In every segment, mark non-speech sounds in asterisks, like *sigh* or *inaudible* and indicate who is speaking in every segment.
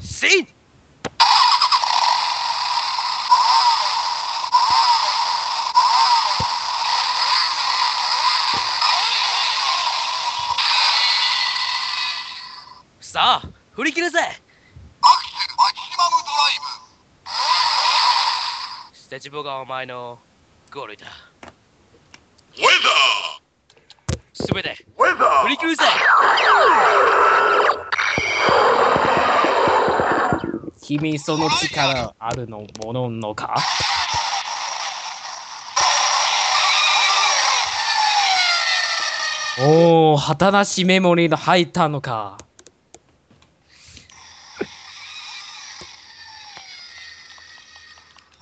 Speaker 1: 線。さあ、振り切るぜ
Speaker 2: アクセルマキシマムドライブ
Speaker 1: ステチボがお前のゴールだ。
Speaker 2: ウェ
Speaker 1: すべて、
Speaker 2: ザーウェザ
Speaker 1: 振り切るぜ
Speaker 3: 君その力あるのものの *laughs* かおお、旗なしメモリーの入ったのか。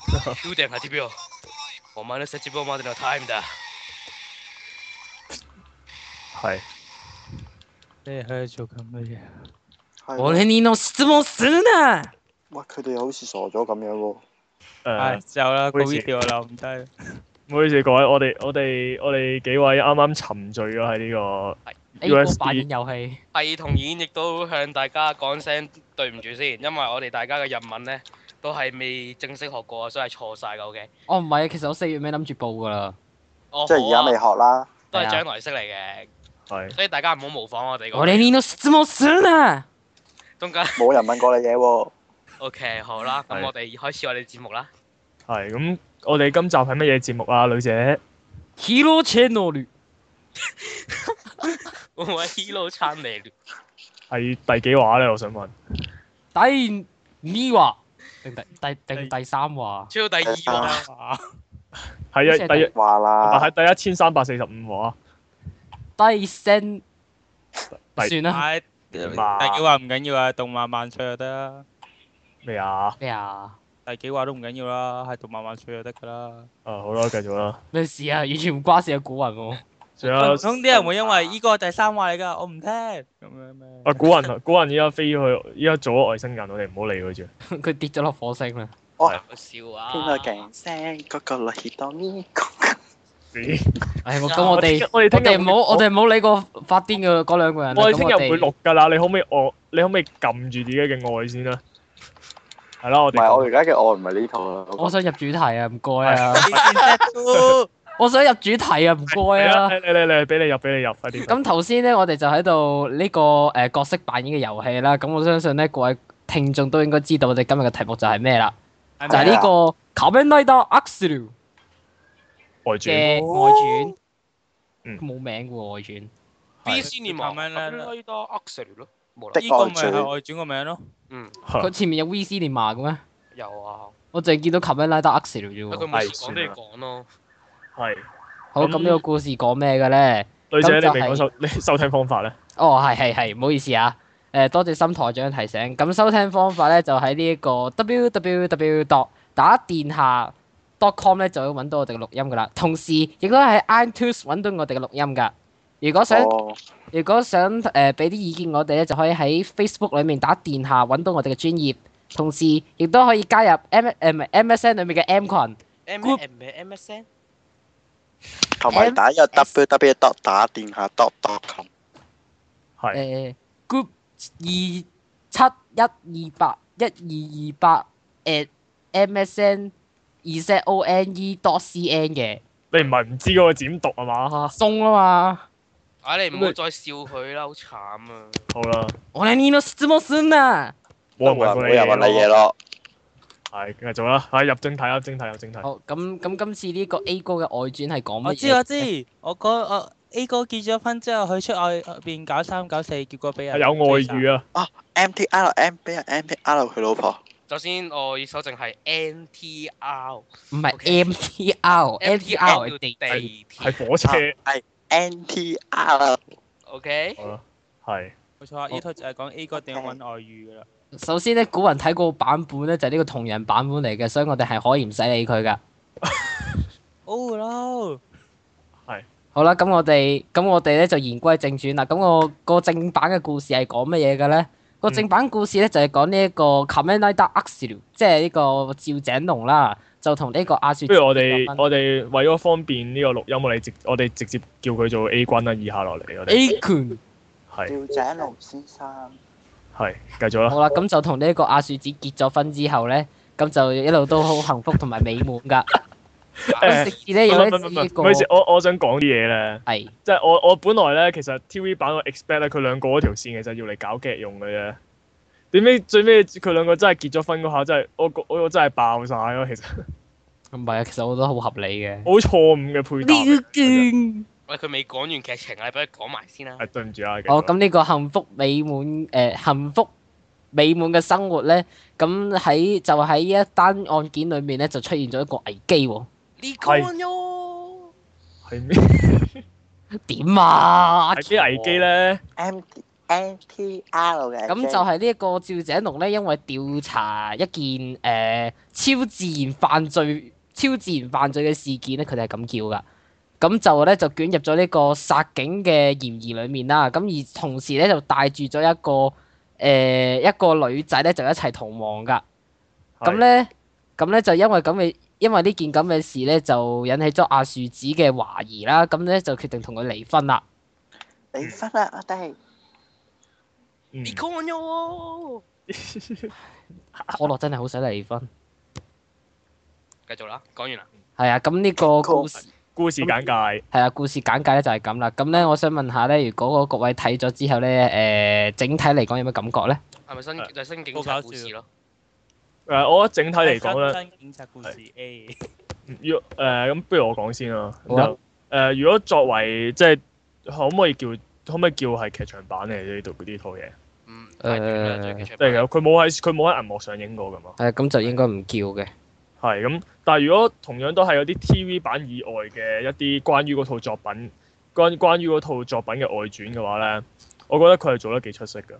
Speaker 1: 9.8秒。お前のステチボまでのタイムだ。
Speaker 4: はい。
Speaker 3: え、はい、召喚無理。
Speaker 5: 係咯
Speaker 3: 俺にの質問するな
Speaker 5: 喂，佢哋好似傻咗咁樣喎。
Speaker 4: 誒，
Speaker 6: 系就啦，個
Speaker 4: 好似
Speaker 6: video 留唔低。
Speaker 4: 唔好意思各位，我哋我哋我哋幾位啱啱沉醉咗喺呢
Speaker 3: A 個
Speaker 4: USB
Speaker 3: 扮演遊戲。
Speaker 1: 魏同演亦都向大家講聲對唔住先，因為我哋大家嘅日文呢都係未正式學過，所以係錯晒嘅。OK，
Speaker 3: 哦，唔係啊，其實我四月尾諗住報噶啦。
Speaker 1: 我
Speaker 5: 即係而家未學啦。
Speaker 1: 哦啊都係將來式嚟嘅，
Speaker 4: 個係
Speaker 1: 所以大家唔好模仿我哋嗰個。
Speaker 3: 俺にの質問するな
Speaker 1: 中間
Speaker 5: 冇人問過你嘢喎。
Speaker 1: OK 好啦，咁
Speaker 4: 係
Speaker 1: 我哋開始我哋節目
Speaker 5: *laughs*
Speaker 1: 啦。
Speaker 4: 係咁，我哋今集係乜嘢節目啊，女姐？
Speaker 3: ヒロチェノル。
Speaker 1: 我係 Hero 撐你，
Speaker 4: 係第幾話咧？我想問。
Speaker 3: 第2話。定第第定第三話。
Speaker 1: 超第二話啦。
Speaker 3: 好似
Speaker 4: 係
Speaker 3: 係
Speaker 4: 啊，第一
Speaker 5: 話
Speaker 4: 啊
Speaker 5: 啦，
Speaker 4: 係第一千三百四十五話。
Speaker 3: 第千。
Speaker 4: 第
Speaker 3: 算啦。
Speaker 6: 唉，第幾
Speaker 4: 嘛
Speaker 6: 話唔緊要啊，動漫漫趣就得啦。
Speaker 4: 咩啊？
Speaker 3: 咩啊？
Speaker 6: 第幾話都唔緊要啦，係動漫漫趣就得㗎啦。
Speaker 4: 啊好啦，繼續啦。
Speaker 3: 咩事啊？完全唔關事啊，古雲喎。 *laughs*
Speaker 4: 仲
Speaker 6: 唔
Speaker 4: 有
Speaker 6: 通啲人會因為依個係第三話嚟㗎，我唔聽咁樣咩？
Speaker 4: 啊，古人古人依家飛去，依家做咗外星人，我哋唔好理佢住。
Speaker 3: 佢跌咗落火星啦。
Speaker 4: *laughs*
Speaker 1: 好笑
Speaker 5: 啊傾到勁
Speaker 1: 啊！
Speaker 5: 聲，嗰個女當呢個。
Speaker 3: 唉，我
Speaker 1: 啊
Speaker 3: 咁我哋
Speaker 4: 我
Speaker 3: 我
Speaker 4: 哋聽日
Speaker 3: 哋唔好我哋唔好理個發癲嘅嗰兩個人啦。
Speaker 4: 我哋
Speaker 3: 咁
Speaker 4: 聽日唔
Speaker 3: 哋
Speaker 4: 會錄㗎啦，你可唔可以我？你可唔可以撳住自己嘅愛先啦？啊係啊啦，我
Speaker 5: 唔係我
Speaker 4: 哋
Speaker 5: 而家嘅愛唔係呢套啦。
Speaker 3: 我想入主題啊，唔 *laughs* 該啊。
Speaker 6: Tattoo
Speaker 3: 我想入主題啊，唔該
Speaker 4: 係
Speaker 3: 啊
Speaker 4: 啦。你你你俾你入，俾你入，快啲。
Speaker 3: 咁頭先咧，我哋就喺度呢個誒、呃角色扮演嘅遊戲啦。咁我相信咧，各位聽眾都應該知道我哋今日嘅題目就係咩啦，就係呢、個 c a b e n d i d a x l
Speaker 4: 外
Speaker 3: 嘅
Speaker 4: 傳
Speaker 3: 外傳，
Speaker 4: 嗯
Speaker 3: 冇名嘅喎外傳。
Speaker 1: B C 年
Speaker 6: 咁樣啦
Speaker 1: 呢多 Axel 咯，冇啦
Speaker 5: 的。
Speaker 6: 呢個咪係外轉個名咯。
Speaker 1: 嗯，
Speaker 3: *laughs* 佢前面有 VC 連埋嘅咩？
Speaker 1: 有啊，
Speaker 3: 我淨係見到 c a b e n d i d a x l 啫
Speaker 1: 佢
Speaker 3: 喎。
Speaker 1: 每次講都要講咯。
Speaker 4: 係
Speaker 3: 好，咁呢個故事講咩嘅咧？
Speaker 4: 女
Speaker 3: 咁
Speaker 4: 姐，
Speaker 3: 就
Speaker 4: 你明
Speaker 3: 係
Speaker 4: 我收 *laughs* 你收聽方法咧？
Speaker 3: 哦，係係係，唔好意思啊。誒、多謝森台長提醒。咁收聽方法咧，就喺呢一個 www dot 打電下 dot com 咧，就會揾到我哋嘅錄音噶啦。同時，亦都喺 iTunes 揾到我哋嘅錄音噶。如果想、
Speaker 5: 哦，
Speaker 3: 如果想誒俾啲意見我哋咧，就可以喺 Facebook 裏面打電下揾到我哋嘅專業。同時，亦都可以加入 M 誒唔係 MSN 裏面嘅 M 群。
Speaker 1: M
Speaker 3: Good
Speaker 1: M M S N
Speaker 5: 同埋打一個 www dot 打電下 dot dot com。
Speaker 3: 誒、
Speaker 4: 係
Speaker 3: group 二七一二八一二二八 at msn 二 set o n e dot c n 嘅
Speaker 4: 你唔係唔知嗰個點讀啊嘛？
Speaker 3: 鬆啊嘛。
Speaker 1: 唉，你唔好再笑佢啦，好慘啊！
Speaker 4: 好啦，
Speaker 3: 我哋呢度質問啊すんな。
Speaker 4: 冇人
Speaker 5: 冇
Speaker 4: 問
Speaker 5: 人
Speaker 4: 過你
Speaker 5: 冇人問你嘢。咯。
Speaker 4: 係繼續啦，係入正題，入正題，入正題。
Speaker 3: 好，咁咁今次呢個 A 哥嘅外傳係講乜嘢？
Speaker 6: 我知啊我知，我嗰我 A 哥結咗婚之後，佢出外邊搞三搞四，結果俾人
Speaker 4: 有外
Speaker 6: 啊！
Speaker 4: 遇啊！
Speaker 5: MTR M 俾人 MTR 佢老婆。
Speaker 1: 首先我要修正係 N T R
Speaker 3: 唔
Speaker 1: OK
Speaker 3: 係 MTR MTR
Speaker 1: 係
Speaker 3: 係地地
Speaker 1: 地鐵
Speaker 4: 係火
Speaker 3: 啊
Speaker 4: 車，
Speaker 5: NTR
Speaker 1: OK。
Speaker 4: 好啦，係
Speaker 6: 冇錯啊，呢套就係講 A 哥點樣揾外遇㗎啦。
Speaker 3: 首先咧，古人睇過版本咧就係呢個同人版本嚟嘅，所以我哋係可以唔使理佢噶。
Speaker 6: Oh no！
Speaker 3: 好啦，咁我哋咁我哋咧就言歸正傳啦。咁我個正版嘅故事係講乜嘢嘅咧？個正版故事咧就係講呢一個 Kamen Rider Axel，即係呢個趙井龍啦，就同呢個阿雪。
Speaker 4: 不如我哋我哋為咗方便呢個錄音，我哋直我哋直接叫佢做 A 君啦，以下落嚟我哋
Speaker 3: A 君
Speaker 4: 係
Speaker 5: 趙井龍先生。
Speaker 4: 係繼續啦。
Speaker 3: 好啦，咁就同呢一個阿雪子結咗婚之後咧，咁就一路都好幸福同埋美滿噶。咁
Speaker 4: *laughs* 誒
Speaker 3: 直至咧有
Speaker 4: 唔
Speaker 3: 一
Speaker 4: 係唔係唔係
Speaker 3: 呢
Speaker 4: 唔
Speaker 3: 個
Speaker 4: 好意思，我我想講啲嘢咧，
Speaker 3: 係
Speaker 4: 即係我我本來咧其實 TV 版我 expect 咧佢兩個嗰條線其實要嚟搞劇用嘅啫。點解最尾佢兩個真係結咗婚嗰下真係我我我真係爆晒咯，其實 *laughs*
Speaker 3: 唔係啊？其實我覺得好合理嘅。
Speaker 4: 好錯誤嘅配搭啊嚟嘅。其實
Speaker 1: 喂，佢未講完劇情啊，你俾佢講埋先啦。
Speaker 4: 係對唔住啊，繼續啦
Speaker 3: 好，哦咁呢個幸福美滿誒、呃幸福美滿嘅生活咧，咁喺就喺呢一單案件裏面咧，就出現咗一個危機喎。
Speaker 1: 呢個喲，
Speaker 4: 係
Speaker 3: *laughs*
Speaker 4: 咩
Speaker 3: 點啊？阿
Speaker 4: 係啲哦危機咧？
Speaker 5: M M T R 嘅
Speaker 3: 咁就係呢一個趙井龍咧，因為調查一件誒、呃超自然犯罪、超自然犯罪嘅事件咧，佢哋係咁叫噶。咁就咧就捲入咗呢個殺警嘅嫌疑裡面啦。咁而同時咧就帶住咗一個誒、呃一個女仔咧就一齊逃亡噶。
Speaker 4: 係
Speaker 3: 哦咁咧，咁咧就因為咁嘅，因為呢件咁嘅事咧，就引起咗阿樹子嘅懷疑啦。咁咧就決定同佢離婚啦。
Speaker 5: 離婚啦，我哋
Speaker 4: 嗯
Speaker 1: 呢個喲，
Speaker 3: 可樂真係好想離婚。
Speaker 1: 繼續啦，講完啦。
Speaker 3: 係啊，咁呢
Speaker 4: *laughs*
Speaker 3: 個故事
Speaker 4: 故事簡介
Speaker 3: 係啊，故事簡介咧就係咁啦。咁咧，我想問下咧，如果各位睇咗之後咧，誒、整體嚟講有咩感覺咧？
Speaker 1: 係咪新
Speaker 4: 誒
Speaker 1: 就係新警
Speaker 6: 好搞
Speaker 1: 察
Speaker 6: 笑
Speaker 1: 故事咯？
Speaker 4: 誒，我覺得整體嚟講咧。嗯
Speaker 6: 新警察故事 A，
Speaker 4: 要誒咁，不如我講先啦。
Speaker 3: 好啊
Speaker 4: 誒、如果作為即係可唔可以叫可唔可以叫係劇場版嚟呢度嗰啲套嘢？
Speaker 1: 嗯，太短啦，最劇
Speaker 4: 即
Speaker 1: 情。
Speaker 4: 係佢冇喺佢冇喺銀幕上映過噶嘛。
Speaker 3: 係啊咁就應該唔叫嘅。
Speaker 4: 係咁，但係如果同樣都係有啲 TV 版以外嘅一啲關於嗰套作品，關關於嗰套作品嘅外傳嘅話咧，我覺得佢係做得幾出色㗎。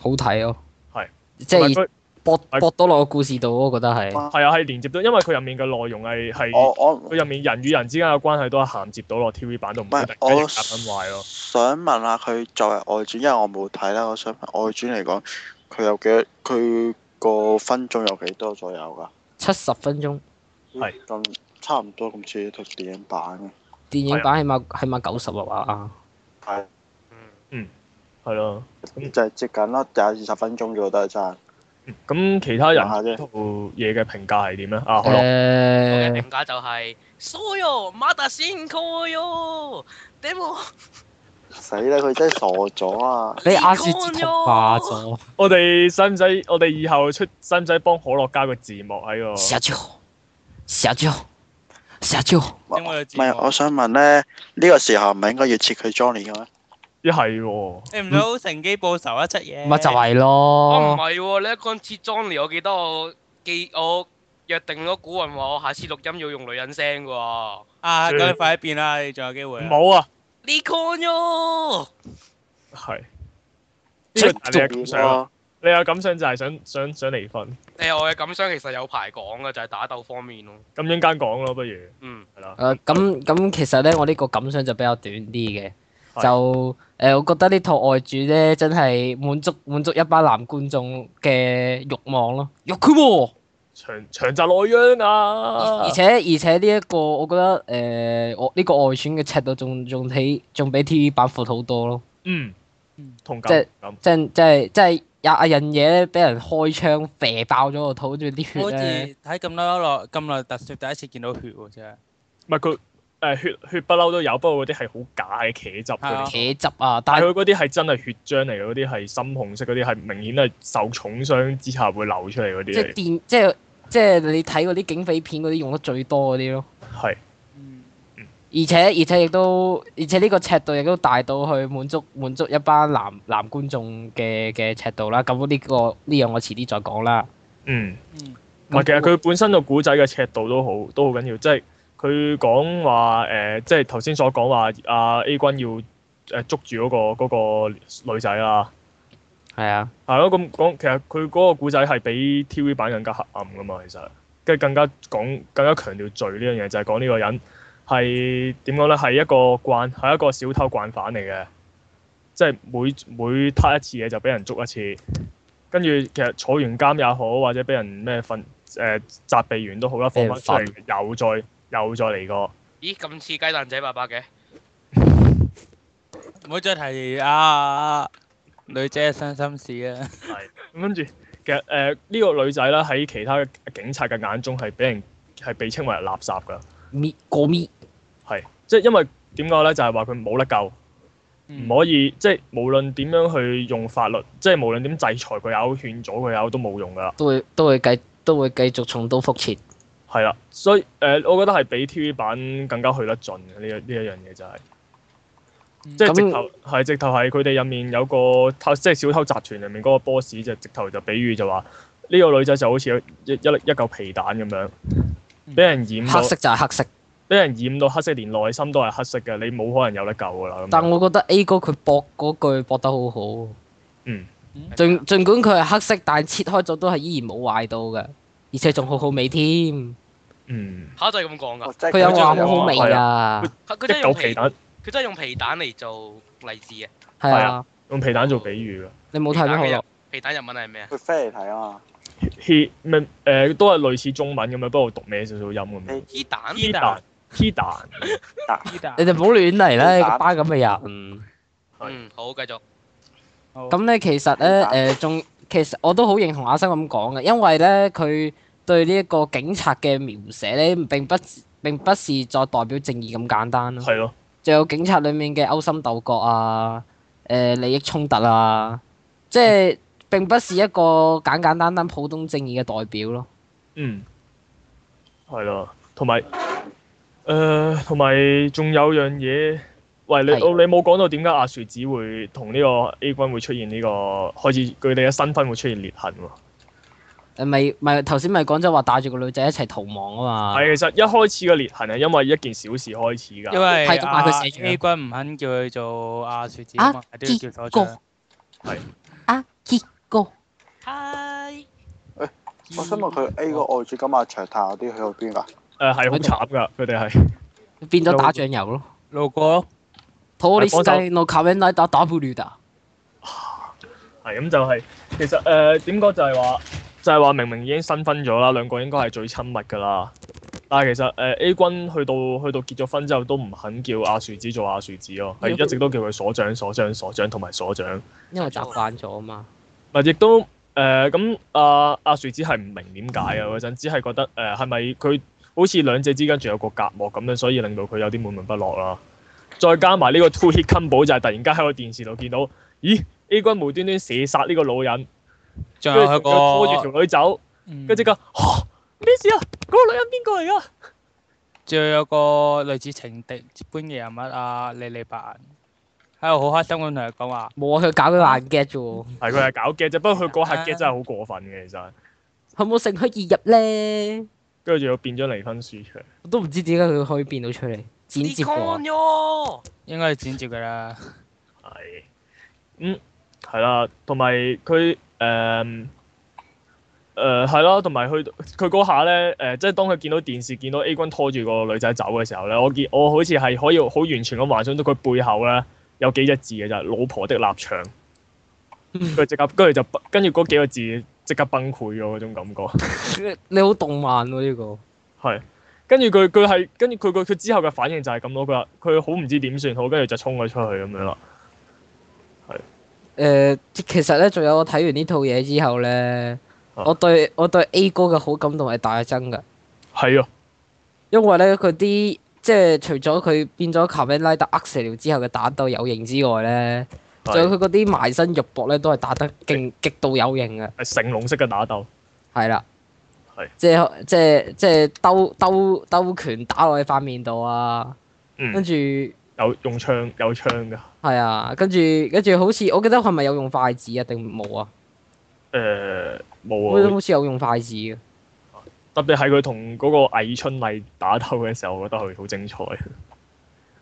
Speaker 3: 好睇咯。
Speaker 4: 係。
Speaker 3: 即
Speaker 4: 同埋
Speaker 3: 係
Speaker 4: 佢
Speaker 3: 博
Speaker 4: 係
Speaker 3: 博多落個故事度，我覺得係。
Speaker 4: 係啊，係連接到，因為佢入面嘅內容係
Speaker 5: 我
Speaker 4: 係
Speaker 5: 我
Speaker 4: 佢入面人與人之間嘅關係都係銜接到落 TV 版度，唔
Speaker 5: 唔
Speaker 4: 會
Speaker 5: 係
Speaker 4: 突然間
Speaker 5: 我
Speaker 4: 夾緊壞咯。
Speaker 5: 想問下佢作為外傳，因為我冇睇啦，我想問外傳嚟講，佢有幾佢個分鐘有幾多左右㗎？
Speaker 3: 七十分鐘，
Speaker 4: 係
Speaker 5: 咁差唔多咁似一套電影版嘅。
Speaker 3: 電影版起碼起碼九十啊話
Speaker 5: 係，
Speaker 1: 嗯
Speaker 4: 係咯。
Speaker 5: 咁就係接近啦，有二十分鐘嘅，我覺得真係。
Speaker 4: 咁其他人
Speaker 5: 下啫
Speaker 4: 套嘢嘅評價係點咧？啊，
Speaker 3: 啊。
Speaker 4: 可樂
Speaker 1: 我嘅
Speaker 3: 誒
Speaker 1: 評價就係 so yo mother sin call yo
Speaker 3: 哦
Speaker 1: demo
Speaker 5: 死啦！佢真係傻咗啊！
Speaker 3: 你阿雪子同化咗。
Speaker 4: 我哋使唔使？我哋以後出使唔使幫可樂加個字幕喺個？
Speaker 3: 社長，社長，社長，
Speaker 5: 唔
Speaker 6: 因為有字幕
Speaker 5: 係，我想問咧，呢個時候唔係應該要切佢 Johnny 嘅咩？
Speaker 4: 一係喎，
Speaker 6: 你唔好乘機報仇一出嘢。
Speaker 3: 咪就係
Speaker 1: 哦，唔
Speaker 3: 咯，
Speaker 1: 係喎，你一講切 Johnny，我記得我記我約定咗古雲話我下次錄音要用女人聲嘅喎。
Speaker 6: 啊！咁你快啲變啦，你仲有機會啊。
Speaker 4: 冇啊，
Speaker 1: 呢個喲，
Speaker 4: 係。
Speaker 3: 即係
Speaker 4: 呢個但係你嘅
Speaker 5: 仲
Speaker 4: 感想，啊你嘅感想就係想想想離婚，
Speaker 1: 誒我嘅感想其實有排講嘅，就係打鬥方面咯。
Speaker 4: 咁陣間講咯，不如
Speaker 1: 嗯，
Speaker 4: 係啦。
Speaker 3: 誒咁咁其實咧，我呢個感想就比較短啲嘅，
Speaker 4: 係
Speaker 3: 就誒、我覺得呢套外傳咧，真係滿足滿足一班男觀眾嘅慾望咯，欲佢喎，
Speaker 4: 長長澤內央
Speaker 3: 而
Speaker 4: 啊
Speaker 3: 而，且而且呢一個，我覺得誒、我呢個外傳嘅尺度仲仲比仲比 TV 版闊好多咯，
Speaker 4: 嗯
Speaker 6: 嗯，
Speaker 4: 同
Speaker 3: 即
Speaker 4: 感
Speaker 3: 係
Speaker 4: 同感
Speaker 3: 即係即係即係有阿人嘢咧，俾人開槍射爆咗個肚，跟住啲
Speaker 6: 好
Speaker 3: 血
Speaker 6: 似
Speaker 3: 咧，
Speaker 6: 睇咁多耐咁耐特攝，第一次見到血喎，真係。
Speaker 4: 唔係佢誒血血不嬲都有，不過嗰啲係好假嘅茄汁
Speaker 6: 係
Speaker 4: 嗰
Speaker 6: 啊
Speaker 4: 啲。
Speaker 3: 茄汁啊，但
Speaker 4: 但
Speaker 3: 係
Speaker 4: 係佢嗰啲係真係血漿嚟嘅，嗰啲係深紅色，嗰啲係明顯係受重傷之下會流出嚟嗰啲
Speaker 3: 即
Speaker 4: 嚟
Speaker 3: 係。電，即係即係你睇嗰啲警匪片嗰啲用得最多嗰啲咯。
Speaker 4: 係
Speaker 6: 嗯。
Speaker 3: 而且而且亦都，而且呢個尺度亦都大到去滿足滿足一班男男觀眾嘅嘅尺度啦。咁呢、個呢樣我遲啲再講啦。
Speaker 4: 嗯。
Speaker 6: 嗯。
Speaker 4: 唔係，其
Speaker 3: 咁
Speaker 4: 實佢本身個古仔嘅尺度都好都好緊要，即係佢講話誒，即係頭先所講話阿 A 君要誒、呃捉住嗰、個嗰、個女仔啦，
Speaker 3: 係啊，
Speaker 4: 係咯咁講，其實佢嗰個古仔係比 TV 版更加黑暗噶嘛，其實跟住更加講更加強調罪呢樣嘢，就係講呢個人係點講咧，係一個慣係一個小偷慣犯嚟嘅，即係每每攤一次嘢就俾人捉一次，跟住其實坐完監也好，或者俾人咩訓誒責備完都好啦，放翻出嚟又再又再嚟過，
Speaker 1: 咦咁似雞蛋仔伯伯嘅，
Speaker 6: à, 唔好再提啊！女仔嘅身心事啊，
Speaker 4: 咁跟住其實誒呢個女仔咧喺其他嘅警察嘅眼中係俾人係被稱為係垃圾㗎，
Speaker 3: 搣過搣，
Speaker 4: 係即係因為點講咧就係話佢冇得救。
Speaker 6: 嗯
Speaker 4: 唔可以，即係無論點樣去用法律，即係無論點制裁佢有、勸阻佢有，都冇用噶啦。
Speaker 3: 都會都會繼都會繼續重蹈覆轍。
Speaker 4: 係啦，所以誒、呃我覺得係比 TV 版更加去得盡嘅呢一呢一樣嘢就係、
Speaker 6: 嗯
Speaker 4: 即係直
Speaker 3: 咁
Speaker 4: 頭係直頭係佢哋入面有個偷，即係小偷集團入面嗰個 boss 就直頭就比喻就話呢、個女仔就好似一一一一嚿皮蛋咁樣，俾人染到
Speaker 3: 黑色就係黑色，
Speaker 4: 俾人染到黑色，連內心都係黑色嘅，你冇可能有得救噶啦。咁樣
Speaker 3: 但我覺得 A 哥佢搏嗰句搏得好好。
Speaker 4: 嗯。
Speaker 3: 盡儘管佢係黑色，但係切開咗都係依然冇壞到嘅，而且仲好好味添。
Speaker 4: 嗯，
Speaker 1: 嚇真係咁講㗎，
Speaker 3: 佢有話好好味啊㗎，
Speaker 4: 係
Speaker 1: 佢佢
Speaker 4: 一
Speaker 1: 真係用
Speaker 4: 嚿
Speaker 1: 皮
Speaker 4: 皮，蛋
Speaker 1: 佢真係用皮蛋嚟做例子嘅。
Speaker 3: 係
Speaker 4: 係
Speaker 3: 啊
Speaker 4: 啊，用皮蛋做比喻㗎。
Speaker 3: 你冇睇咩好
Speaker 1: 皮蛋嘅日？
Speaker 3: 咯
Speaker 1: 皮蛋日文係咩啊？
Speaker 5: 佢飛嚟睇啊嘛，
Speaker 4: he 咩誒都係類似中文咁樣，不過讀歪少少音咁樣。
Speaker 1: 雞蛋
Speaker 4: he 蛋 he 蛋，
Speaker 3: 你哋唔好亂嚟啦，你個班咁嘅人。
Speaker 4: 係
Speaker 1: 嗯，好，繼續。
Speaker 3: 咁咧其實咧誒，仲、其實我都好認同阿生咁講嘅，因為咧佢對呢一個警察嘅描寫咧，並不並不是作代表正義咁簡單咯。
Speaker 4: 係咯，
Speaker 3: 仲有警察裡面嘅勾心鬥角啊，誒、利益衝突啊，即係並不是一個簡簡單單普通正義嘅代表咯。
Speaker 4: 嗯，係咯，同埋誒，同埋仲有樣嘢，喂你
Speaker 3: 係
Speaker 4: 我你冇講到點解阿樹子會同呢個 A 軍會出現呢、個開始佢哋嘅身份會出現裂痕喎？
Speaker 3: 誒咪咪頭先咪講咗話帶住個女仔一齊逃亡啊嘛。
Speaker 4: 係其實一開始嘅裂痕係因為一件小事開始
Speaker 6: 因
Speaker 4: 㗎，
Speaker 6: 為
Speaker 3: 係咁話佢
Speaker 6: 阿
Speaker 3: 死咗
Speaker 6: A 君唔肯叫佢做阿雪子啊嘛，都要叫
Speaker 3: 結
Speaker 6: 所長。
Speaker 3: 果
Speaker 4: 係
Speaker 3: 啊，結果
Speaker 1: 嗨，
Speaker 4: 嗯
Speaker 5: 我想問佢 A 個外主今日長談嗰啲去到邊㗎？
Speaker 4: 誒呃係好慘㗎，佢哋係
Speaker 3: 變咗打醬油咯。
Speaker 6: 路過咯，
Speaker 3: 托你
Speaker 4: 幫手
Speaker 3: 斯诺卡文拉打打布打。
Speaker 4: 係咁就係、其實誒點講就係話就係話明明已經新婚咗啦，兩個應該係最親密㗎啦。但係其實誒、呃 A 君去到去到結咗婚之後都唔肯叫阿樹子做阿樹子咯，係一直都叫佢所長、所長、所長同埋所長。
Speaker 3: 因為習慣咗啊嘛。
Speaker 4: 咪亦都誒咁阿阿樹子係唔明點解啊嗰陣，只係覺得誒係咪佢好似兩者之間仲有個隔膜咁樣，所以令到佢有啲悶悶不樂啦。再加埋呢個 two hit combo 就係突然間喺個電視度見到，咦 A 君無端端射殺呢個老人，
Speaker 6: 仲
Speaker 4: 跟
Speaker 6: 有
Speaker 4: 住仲
Speaker 6: 佢
Speaker 4: 拖住
Speaker 6: 個，
Speaker 4: 條女走。
Speaker 6: 啊嗯
Speaker 4: 跟住即刻嚇咩事啊？嗰、個女人邊個嚟噶？啊
Speaker 6: 仲有個類似情敵般嘅人物啊，莉莉白銀喺度好開心咁同佢講話，
Speaker 3: 冇啊，佢搞佢硬 get 啫喎。
Speaker 4: 係佢係搞 get 啫，不過佢嗰下 get 真係好過分嘅，其實
Speaker 3: 佢冇乘虛而入咧，
Speaker 4: 跟住仲要變咗離婚書出嚟。
Speaker 3: 我都唔知點解佢可以變到出嚟剪接過。
Speaker 1: 喲，
Speaker 6: 應該係剪接㗎啦。
Speaker 4: 係，嗯，係啦，同埋佢誒誒係啦，同埋佢佢嗰下咧誒、即係當佢見到電視見到 A 君拖住個女仔走嘅時候咧，我見我好似係可以好完全咁幻想到佢背後咧有幾隻字嘅就係老婆的立場。佢即刻跟住就崩跟住嗰幾個字即刻崩潰咗嗰種感覺。
Speaker 3: 你好動漫喎呢個，
Speaker 4: 係。跟住佢佢係跟住佢佢佢之後嘅反應就係咁咯，佢話佢好唔知點算好，跟住就衝咗出去咁樣啦。
Speaker 3: 誒，其實咧，仲有我睇完呢套嘢之後咧，
Speaker 4: 啊
Speaker 3: 我對我對 A 哥嘅好感度係大增㗎，
Speaker 4: 係啊，
Speaker 3: 因為咧佢啲即係除咗佢變咗卡梅拉達厄射療之後嘅打鬥有型之外咧，仲有
Speaker 4: 係
Speaker 3: 佢嗰啲埋身肉搏咧都係打得勁極度有型啊嘅，
Speaker 4: 係成龍式嘅打鬥，
Speaker 3: 係啦
Speaker 4: 係。
Speaker 3: 即係即係即係兜兜兜拳打落去塊面度啊，跟
Speaker 4: 嗯，
Speaker 3: 住。
Speaker 4: 有用槍有槍㗎，誒、
Speaker 3: 係啊，跟住跟住好似我記得係咪有用筷子啊定冇啊？好似
Speaker 4: 冇啊，
Speaker 3: 好似有用筷子嘅，
Speaker 4: 特別係佢同嗰個魏春麗打鬥嘅時候，我覺得佢好精彩。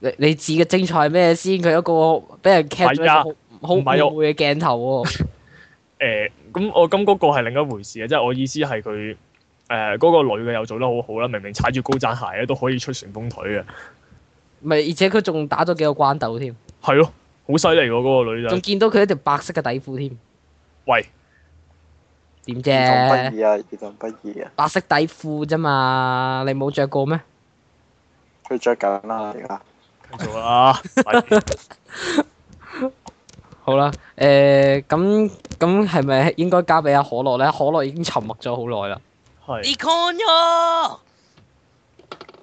Speaker 3: 你你指嘅精彩係咩先？佢有一個俾人 cap 咗一
Speaker 4: 係啊
Speaker 3: 個好好
Speaker 4: 唔係我
Speaker 3: 攰嘅鏡頭喎，
Speaker 4: 誒咁我咁嗰個係另一回事嘅，即係我意思係佢誒嗰個女嘅又做得好好啦，明明踩住高踭鞋咧都可以出旋風腿嘅，啊
Speaker 3: 咪而且佢仲打咗幾個關鬥
Speaker 4: *laughs*
Speaker 3: 添，
Speaker 4: 係咯，好犀利喎嗰個女
Speaker 3: 仲
Speaker 4: 就，
Speaker 3: 見到佢一條白色嘅底褲
Speaker 4: 喂
Speaker 3: 添，
Speaker 5: 兒童
Speaker 3: 點啫？
Speaker 5: 不宜啊，兒童不宜啊，
Speaker 3: 白色底褲啫嘛，你冇着過咩？
Speaker 5: 佢着緊啦而家。
Speaker 4: 啊繼續啦，快啲
Speaker 3: 好啦，誒咁咁係咪應該交俾阿可樂咧？可樂已經沉默咗好耐啦。
Speaker 4: 係
Speaker 1: Econ 呀！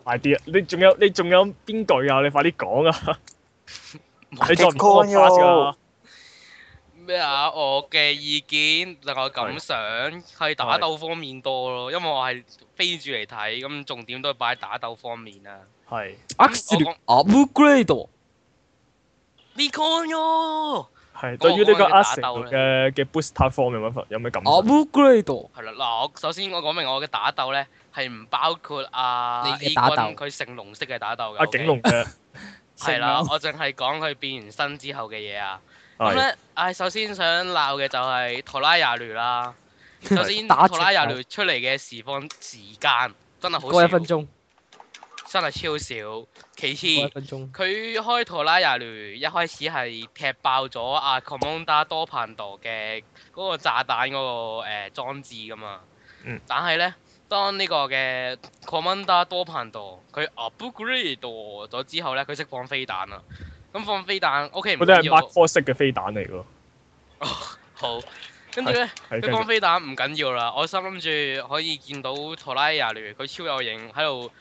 Speaker 4: 快啲啊！你仲有你仲有邊句啊？你快啲講啊！你再唔講我
Speaker 5: Bitcoin
Speaker 4: 發㗎啦！
Speaker 1: 咩啊？我嘅意見令我感想係打鬥方面多咯，因為我係飛住嚟睇，咁重點都係擺喺打鬥方面啊。
Speaker 4: 係
Speaker 3: Absolute upgrade。
Speaker 1: Econ 呀！
Speaker 4: 係，對於呢個
Speaker 1: 嗰個
Speaker 4: Arsenal 嘅嘅 booster form 有乜分有
Speaker 1: 嗯
Speaker 4: 咩
Speaker 1: 哦
Speaker 4: 感想？
Speaker 3: upgrade。
Speaker 1: 係啦，嗱，我首先我講明我嘅打鬥咧係唔包括啊
Speaker 3: 你
Speaker 1: A
Speaker 3: 嘅打
Speaker 1: 軍
Speaker 3: 鬥
Speaker 1: 佢成龍式嘅打鬥嘅。
Speaker 4: 阿啊景龍嘅
Speaker 1: 係啦，
Speaker 6: 成
Speaker 1: 我淨係講佢變完身之後嘅嘢啊。咁
Speaker 4: 係
Speaker 1: 咧，唉，首先想鬧嘅就係托拉亞聯啦。首先，
Speaker 3: *laughs* 打
Speaker 1: 托拉
Speaker 3: 直
Speaker 1: 亞
Speaker 3: 球
Speaker 1: 聯出嚟嘅時方時間真係好
Speaker 3: 過
Speaker 1: 少，
Speaker 3: 一分鐘，
Speaker 1: 真係超少。其次，
Speaker 3: 過一分鐘。
Speaker 1: 佢開托拉亞聯一開始係踢爆咗阿 Commander 多彭多嘅嗰個炸彈嗰、個、呃、裝置噶嘛。
Speaker 4: 嗯
Speaker 1: 但係咧，當呢個嘅 Commander 多彭多佢 upgrade 咗之後咧，佢識放飛彈啦。咁放飛彈，OK 唔
Speaker 4: 嗰啲係
Speaker 1: 緊
Speaker 4: Mark
Speaker 1: 要，
Speaker 4: Four 式嘅飛彈嚟㗎，
Speaker 1: 好。跟住咧。
Speaker 4: 係繼
Speaker 1: 佢放
Speaker 4: 續
Speaker 1: 飛彈唔緊要啦，我心諗住可以見到托拉亞聯佢超有型喺度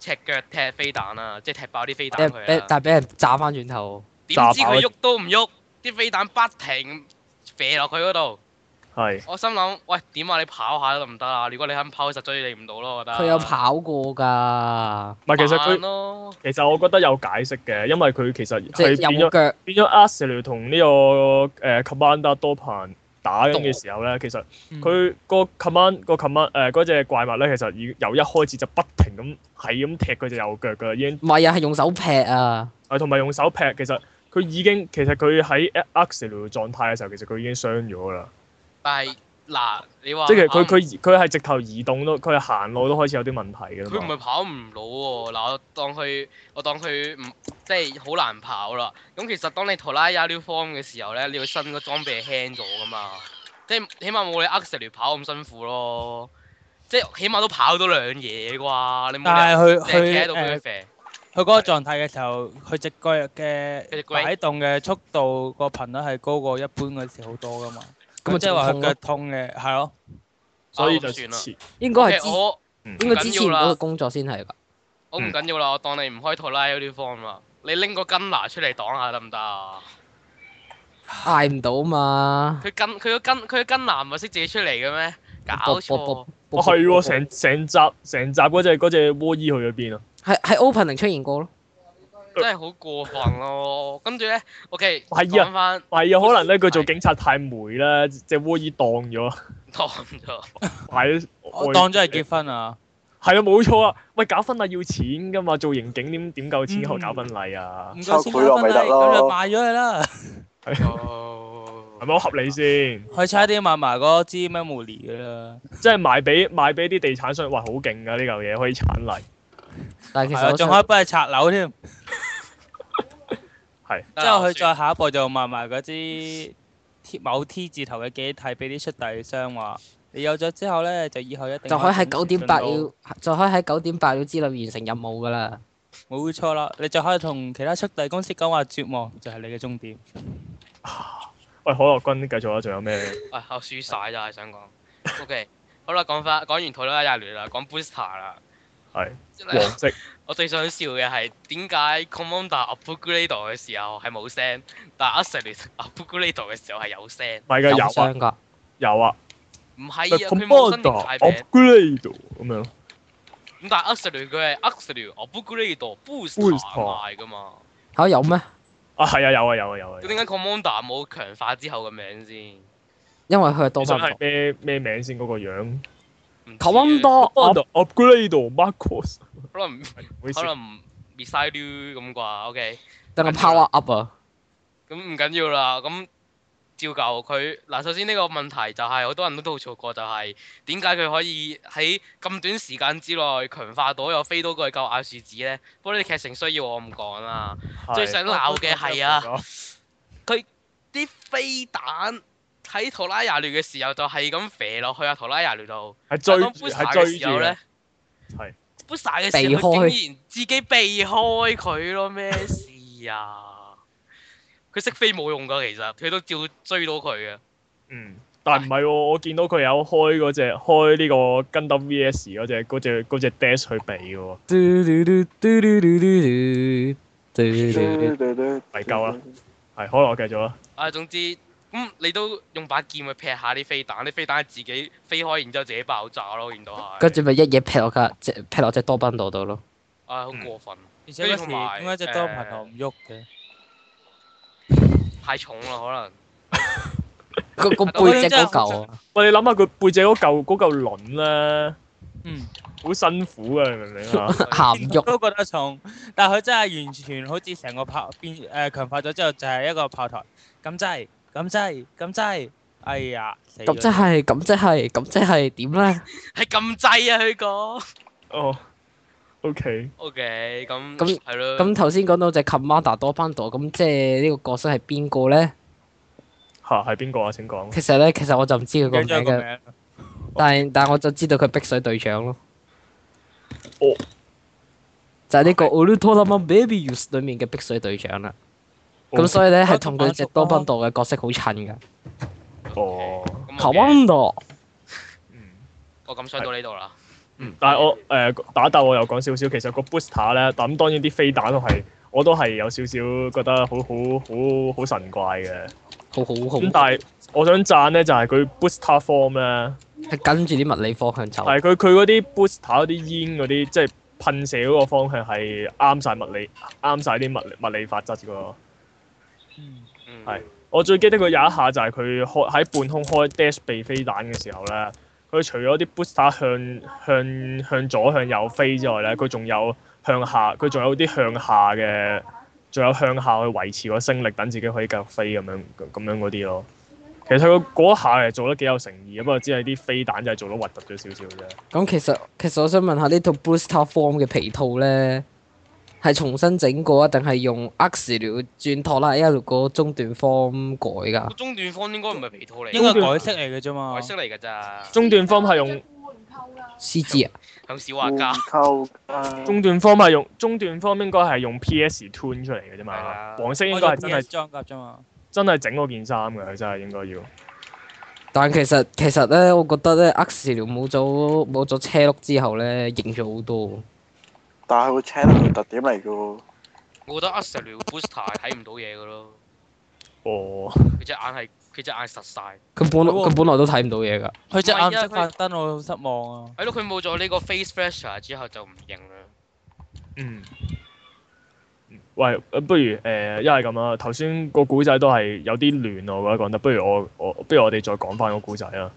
Speaker 1: 赤腳踢飛彈啦，即係踢爆啲飛彈
Speaker 3: 俾
Speaker 1: 佢啊
Speaker 3: 俾
Speaker 1: 啦。
Speaker 3: 但係俾人炸翻轉頭，
Speaker 1: 點知
Speaker 4: 炸爆
Speaker 1: 佢
Speaker 4: 佢
Speaker 1: 喐都唔喐，啲飛彈不停射落佢嗰度。
Speaker 4: 係
Speaker 1: 我心諗，喂點啊？你跑下都唔得啊！如果你肯跑，實追你唔到咯，我覺得。
Speaker 3: 佢有跑過㗎，
Speaker 4: 唔係其實
Speaker 1: 慢
Speaker 4: 佢
Speaker 1: 咯，
Speaker 4: 其實我覺得有解釋嘅，因為佢其實
Speaker 3: 即
Speaker 4: 係
Speaker 3: 係
Speaker 4: 變
Speaker 3: 有
Speaker 4: 咗
Speaker 3: 腳。
Speaker 4: 變咗 Arsenal 同呢個誒 Commander 多彭打緊嘅時候咧，其實
Speaker 6: 嗯
Speaker 4: 佢個 command 個 command 誒嗰只怪物咧，其實已由一開始就不停咁係咁踢佢隻右腳㗎，已經
Speaker 3: 唔係啊，係用手劈啊，
Speaker 4: 誒同埋用手劈，其實佢已經其實佢喺 Arsenal 狀態嘅時候，其實佢已經傷咗啦。
Speaker 1: 但係嗱，你話
Speaker 4: 即係佢
Speaker 1: 跑
Speaker 4: 佢佢係直頭移動都，佢係行路都開始有啲問題嘅
Speaker 1: 佢唔
Speaker 4: 啦嘛。
Speaker 1: 係跑唔到喎，嗱我當佢我當佢唔即係好難跑啦。咁其實當你陀拉亞 new form 嘅時候咧，你要新個裝備係輕咗噶嘛，即係起碼冇你 a x e l 跑咁辛苦咯。即係起碼都跑到兩嘢啩，你冇
Speaker 6: 但
Speaker 1: 理
Speaker 6: 係
Speaker 1: 由
Speaker 6: 佢
Speaker 1: 成日啊企喺
Speaker 6: 佢
Speaker 1: 度俾佢
Speaker 6: 誒，
Speaker 1: 肥。
Speaker 6: 佢嗰個狀態嘅時候，佢只腳嘅
Speaker 1: 佢隻腳
Speaker 6: 擺動嘅速度個頻率係高過一般嗰時好多噶嘛。
Speaker 3: 咁咪
Speaker 6: 咁即係話
Speaker 3: 仲痛啊咯
Speaker 6: 佢腳痛嘅係咯，
Speaker 4: 所以
Speaker 1: 啊
Speaker 4: 就
Speaker 1: 咁算啦
Speaker 4: 切
Speaker 3: 應該
Speaker 1: OK，
Speaker 3: 係之
Speaker 1: 我
Speaker 4: 嗯
Speaker 3: 應該之前
Speaker 1: 唔緊要啦
Speaker 3: 嗰個工作先係㗎。
Speaker 1: 我唔緊要啦，我當你唔開陀拉亞 new form 啦，你拎個根拿出嚟擋下得唔得啊？
Speaker 3: 嗌唔到嘛。
Speaker 1: 佢根佢個根佢個根拿唔係識自己出嚟嘅咩？搞錯。
Speaker 4: 哦係喎，成成集成集嗰只嗰只窩衣去咗邊啊？
Speaker 3: 係係 opening 出現過咯。
Speaker 1: 真係好過分咯！跟住咧，OK，
Speaker 4: 係啊
Speaker 1: 講翻
Speaker 4: 係啊，可能咧佢做警察太霉啦，只窩衣當咗，
Speaker 1: 當咗，
Speaker 4: 係
Speaker 6: 我哦當咗係結婚啊。
Speaker 4: 係啊，冇錯啊！喂，搞婚禮要錢噶嘛，做刑警點點夠錢
Speaker 6: 嗯
Speaker 4: 去搞婚禮啊？
Speaker 6: 唔
Speaker 5: 夠錢搞婚禮
Speaker 6: 咁
Speaker 5: 咁
Speaker 6: 就
Speaker 5: 就
Speaker 6: 賣咗佢啦。
Speaker 4: 係咪好合理先？
Speaker 6: 佢差啲賣埋嗰支 memory 噶啦。
Speaker 4: 即係賣俾賣俾啲地產商，哇，好勁噶呢嚿嘢，可以產泥。
Speaker 3: 但係其
Speaker 6: 係
Speaker 3: 實
Speaker 6: 啊，
Speaker 3: 我想
Speaker 6: 仲可以幫佢拆樓添。
Speaker 1: 得
Speaker 6: 之
Speaker 1: 啦
Speaker 6: 後佢
Speaker 1: 算
Speaker 6: 再下一步就賣埋嗰支 T- 某 T 字頭嘅記憶體俾啲出遞商話，你有咗之後咧，就以後一定
Speaker 3: 就可以喺
Speaker 6: 咁
Speaker 3: 九點八
Speaker 6: 進
Speaker 3: 秒
Speaker 6: 度，
Speaker 3: 就可以喺九點八秒之內完成任務㗎啦。
Speaker 6: 冇錯啦，你就可以同其他速遞公司講話絕望就係你嘅終點。
Speaker 4: 喂，可樂君繼續啊啦，仲有咩？
Speaker 1: 喂，我輸晒咋，係想講。OK，好啦，講翻講完土啦，廿年啦，講 booster 啦。
Speaker 4: 係
Speaker 1: 即係
Speaker 4: 黃色
Speaker 1: 我最想笑嘅係點解 Commander upgrade 嘅時候係冇聲，但係 Ascent upgrade 嘅時候係有聲。
Speaker 4: 咪
Speaker 3: 受
Speaker 4: 㗎，有啊
Speaker 3: 傷㗎。
Speaker 4: 有啊
Speaker 1: 唔係啊，佢冇新形態
Speaker 4: Commander
Speaker 1: 病。
Speaker 4: upgrade 咁樣咯。
Speaker 1: 咁但係 Ascent 佢係 Ascent upgrade booster
Speaker 4: Booster
Speaker 1: 賣㗎嘛。
Speaker 3: 嚇有咩？
Speaker 4: 啊，係啊，有啊，有啊，有啊。
Speaker 1: 咁點解 Commander 冇強化之後嘅名先？
Speaker 3: 因為佢係多
Speaker 4: 你想
Speaker 3: 翻
Speaker 4: 係咩咩名先？嗰個樣
Speaker 1: 唔知啊
Speaker 3: Commander
Speaker 4: Commander upgrade Marcus，
Speaker 1: 可能
Speaker 4: 唔好意思
Speaker 1: 可，能唔 m i s s i l e 咁啩，OK。
Speaker 3: 定係 power up 啊？
Speaker 1: 咁唔緊要啦，咁照舊佢嗱，首先呢個問題就係、好多人都吐槽過、就係點解佢可以喺咁短時間之內強化到又飛到過去救亞樹子咧？不過呢啲劇情需要我唔講啦。
Speaker 4: 係
Speaker 1: 最想鬧嘅係啊， *laughs*
Speaker 4: 係
Speaker 1: 啲飛彈喺陀拉亞聯嘅時候就係咁射落去啊陀拉亞聯度，
Speaker 4: 係
Speaker 1: 但
Speaker 4: 追
Speaker 1: 係當
Speaker 4: 住
Speaker 1: Busa
Speaker 4: 係
Speaker 1: 嘅
Speaker 4: 追
Speaker 1: 時
Speaker 4: 住
Speaker 1: 候咧
Speaker 4: 嘅，係
Speaker 1: Busa 嘅時候佢竟然自己避開佢咯，咩事啊？佢識飛冇用噶，其實佢都照追到佢嘅。
Speaker 4: 嗯，但唔係喎，我見到佢有開嗰只開呢個 Gundam VS 嗰只嗰只嗰只 dash 去避嘅喎，
Speaker 3: 嘟嘟嘟嘟嘟嘟嘟嘟嘟嘟
Speaker 5: 咪
Speaker 4: 咪夠啦。係，可能我繼續啦。
Speaker 1: 啊，總之咁你都用把劍去劈下啲飛彈，啲飛彈係自己飛開，然之後自己爆炸咯，見到係。
Speaker 3: 跟住咪一嘢劈落架，即劈落只多賓度度咯。
Speaker 1: 啊，好過分，
Speaker 6: 而且嗰
Speaker 1: 跟
Speaker 6: 時
Speaker 1: 住同埋
Speaker 6: 點解只多頻道唔喐嘅？
Speaker 1: 太重啦，可能。
Speaker 3: 個個背脊嗰嚿啊，
Speaker 4: 喂，你諗下佢背脊嗰嚿嗰嚿輪咧，
Speaker 6: 嗯，
Speaker 4: 好辛苦啊，你明唔明
Speaker 1: *laughs*
Speaker 4: 啊？
Speaker 3: 行唔喐。
Speaker 6: 都覺得重，但係佢真係完全好似成個炮變誒、呃、強化咗之後，就係一個炮台咁擠咁擠咁擠，哎呀死
Speaker 3: 咁即
Speaker 6: 啦！
Speaker 3: 係，咁即係，咁即係點咧？
Speaker 1: 係咁滯啊！佢講。
Speaker 4: 哦，OK，
Speaker 1: OK，咁
Speaker 3: 咁
Speaker 1: 係咯。
Speaker 3: 咁頭先講到只 Commander 多班度，咁即係呢個角色係邊個咧？
Speaker 4: 嚇係邊個啊？請講。
Speaker 3: 其實咧，其實我就唔知佢
Speaker 6: 唔
Speaker 3: 個
Speaker 6: 記
Speaker 3: 名
Speaker 6: 得咗個
Speaker 3: 嘅，
Speaker 6: 名，
Speaker 3: 但係但係我就知道佢碧水隊長咯。
Speaker 4: 哦。
Speaker 3: 就係呢個《Ultraman Baby Youth》裏面嘅碧水隊長啦。咁
Speaker 4: OK
Speaker 3: 所以咧係
Speaker 6: 我
Speaker 3: 同
Speaker 6: 同
Speaker 3: 佢
Speaker 6: 我
Speaker 3: 只
Speaker 6: 熟
Speaker 3: 多
Speaker 6: 咯
Speaker 3: 賓度嘅角色好襯㗎。
Speaker 4: 嗯哦，
Speaker 1: 咁
Speaker 3: Commander
Speaker 4: 嗯。
Speaker 1: 我咁想到呢度啦。
Speaker 4: 但係我誒、呃打鬥我又講少少，其實個 booster 咧，咁當然啲飛彈都係，我都係有少少覺得好好好好神怪嘅。
Speaker 3: 好好好
Speaker 4: 咁，但係我想讚咧，就係、佢 booster form 咧，
Speaker 3: 係跟住啲物理方向走。
Speaker 4: 係佢佢嗰啲 booster 嗰啲煙嗰啲，即係噴射嗰個方向係啱晒物理，啱晒啲物理物理法則㗎喎。
Speaker 6: 嗯
Speaker 1: 嗯。
Speaker 4: 係我最記得佢有一下就係佢開喺半空開 dash 避飛彈嘅時候咧，佢除咗啲 booster 向向向左向右飛之外咧，佢仲有向下，佢仲有啲向下嘅，仲有向下去維持個升力，等自己可以繼續飛咁樣咁樣嗰啲咯。其實佢嗰一下係做得幾有誠意，咁啊只係啲飛彈就係做得核突咗少少啫。
Speaker 3: 咁其實其實我想問下呢套 Booster Form 嘅皮套咧，係重新整過啊，定係用 X 料轉托拉 L 個中段 form 改㗎
Speaker 1: 個？中段方應該唔係皮套嚟，
Speaker 6: 應該啊改色嚟嘅啫嘛
Speaker 1: 改。色嚟㗎咋。
Speaker 4: 中段方係用
Speaker 1: 啊
Speaker 3: 獅子啊，
Speaker 1: 向小畫家。
Speaker 5: 溝
Speaker 4: 中段方係用中段方應該係用 PS tune 出嚟嘅啫
Speaker 1: 係啊
Speaker 4: 嘛，黃色應
Speaker 6: 應
Speaker 4: 該
Speaker 6: 該
Speaker 4: 係
Speaker 6: 係
Speaker 4: 真
Speaker 6: 真
Speaker 4: 係
Speaker 6: 係裝甲啫嘛。
Speaker 4: 真係整嗰件衫嘅，佢真係應該要。
Speaker 3: 但其實其實咧，我覺得咧 X 料冇咗冇咗車轆之後咧，型咗好多。
Speaker 5: 但係佢車都係特點嚟嘅喎。
Speaker 1: 我覺得 a s t r Booster 係睇唔到嘢㗎咯，
Speaker 4: 哦。
Speaker 1: 佢隻眼係佢隻眼實晒。
Speaker 3: 佢本來
Speaker 6: 係喎
Speaker 3: 佢本來都睇唔到嘢㗎。
Speaker 6: 佢隻
Speaker 1: 唔係啊
Speaker 6: 眼唔
Speaker 1: 佢
Speaker 6: 識發燈，我好失望啊！
Speaker 1: 係咯，佢冇咗呢個 Face Flasher 之後就唔認啦。
Speaker 4: 嗯，喂，呃不如誒，呃一係咁啦，頭先個古仔都係有啲亂啊，我覺得講得，不如我我不如我哋再講翻個古仔啊啦。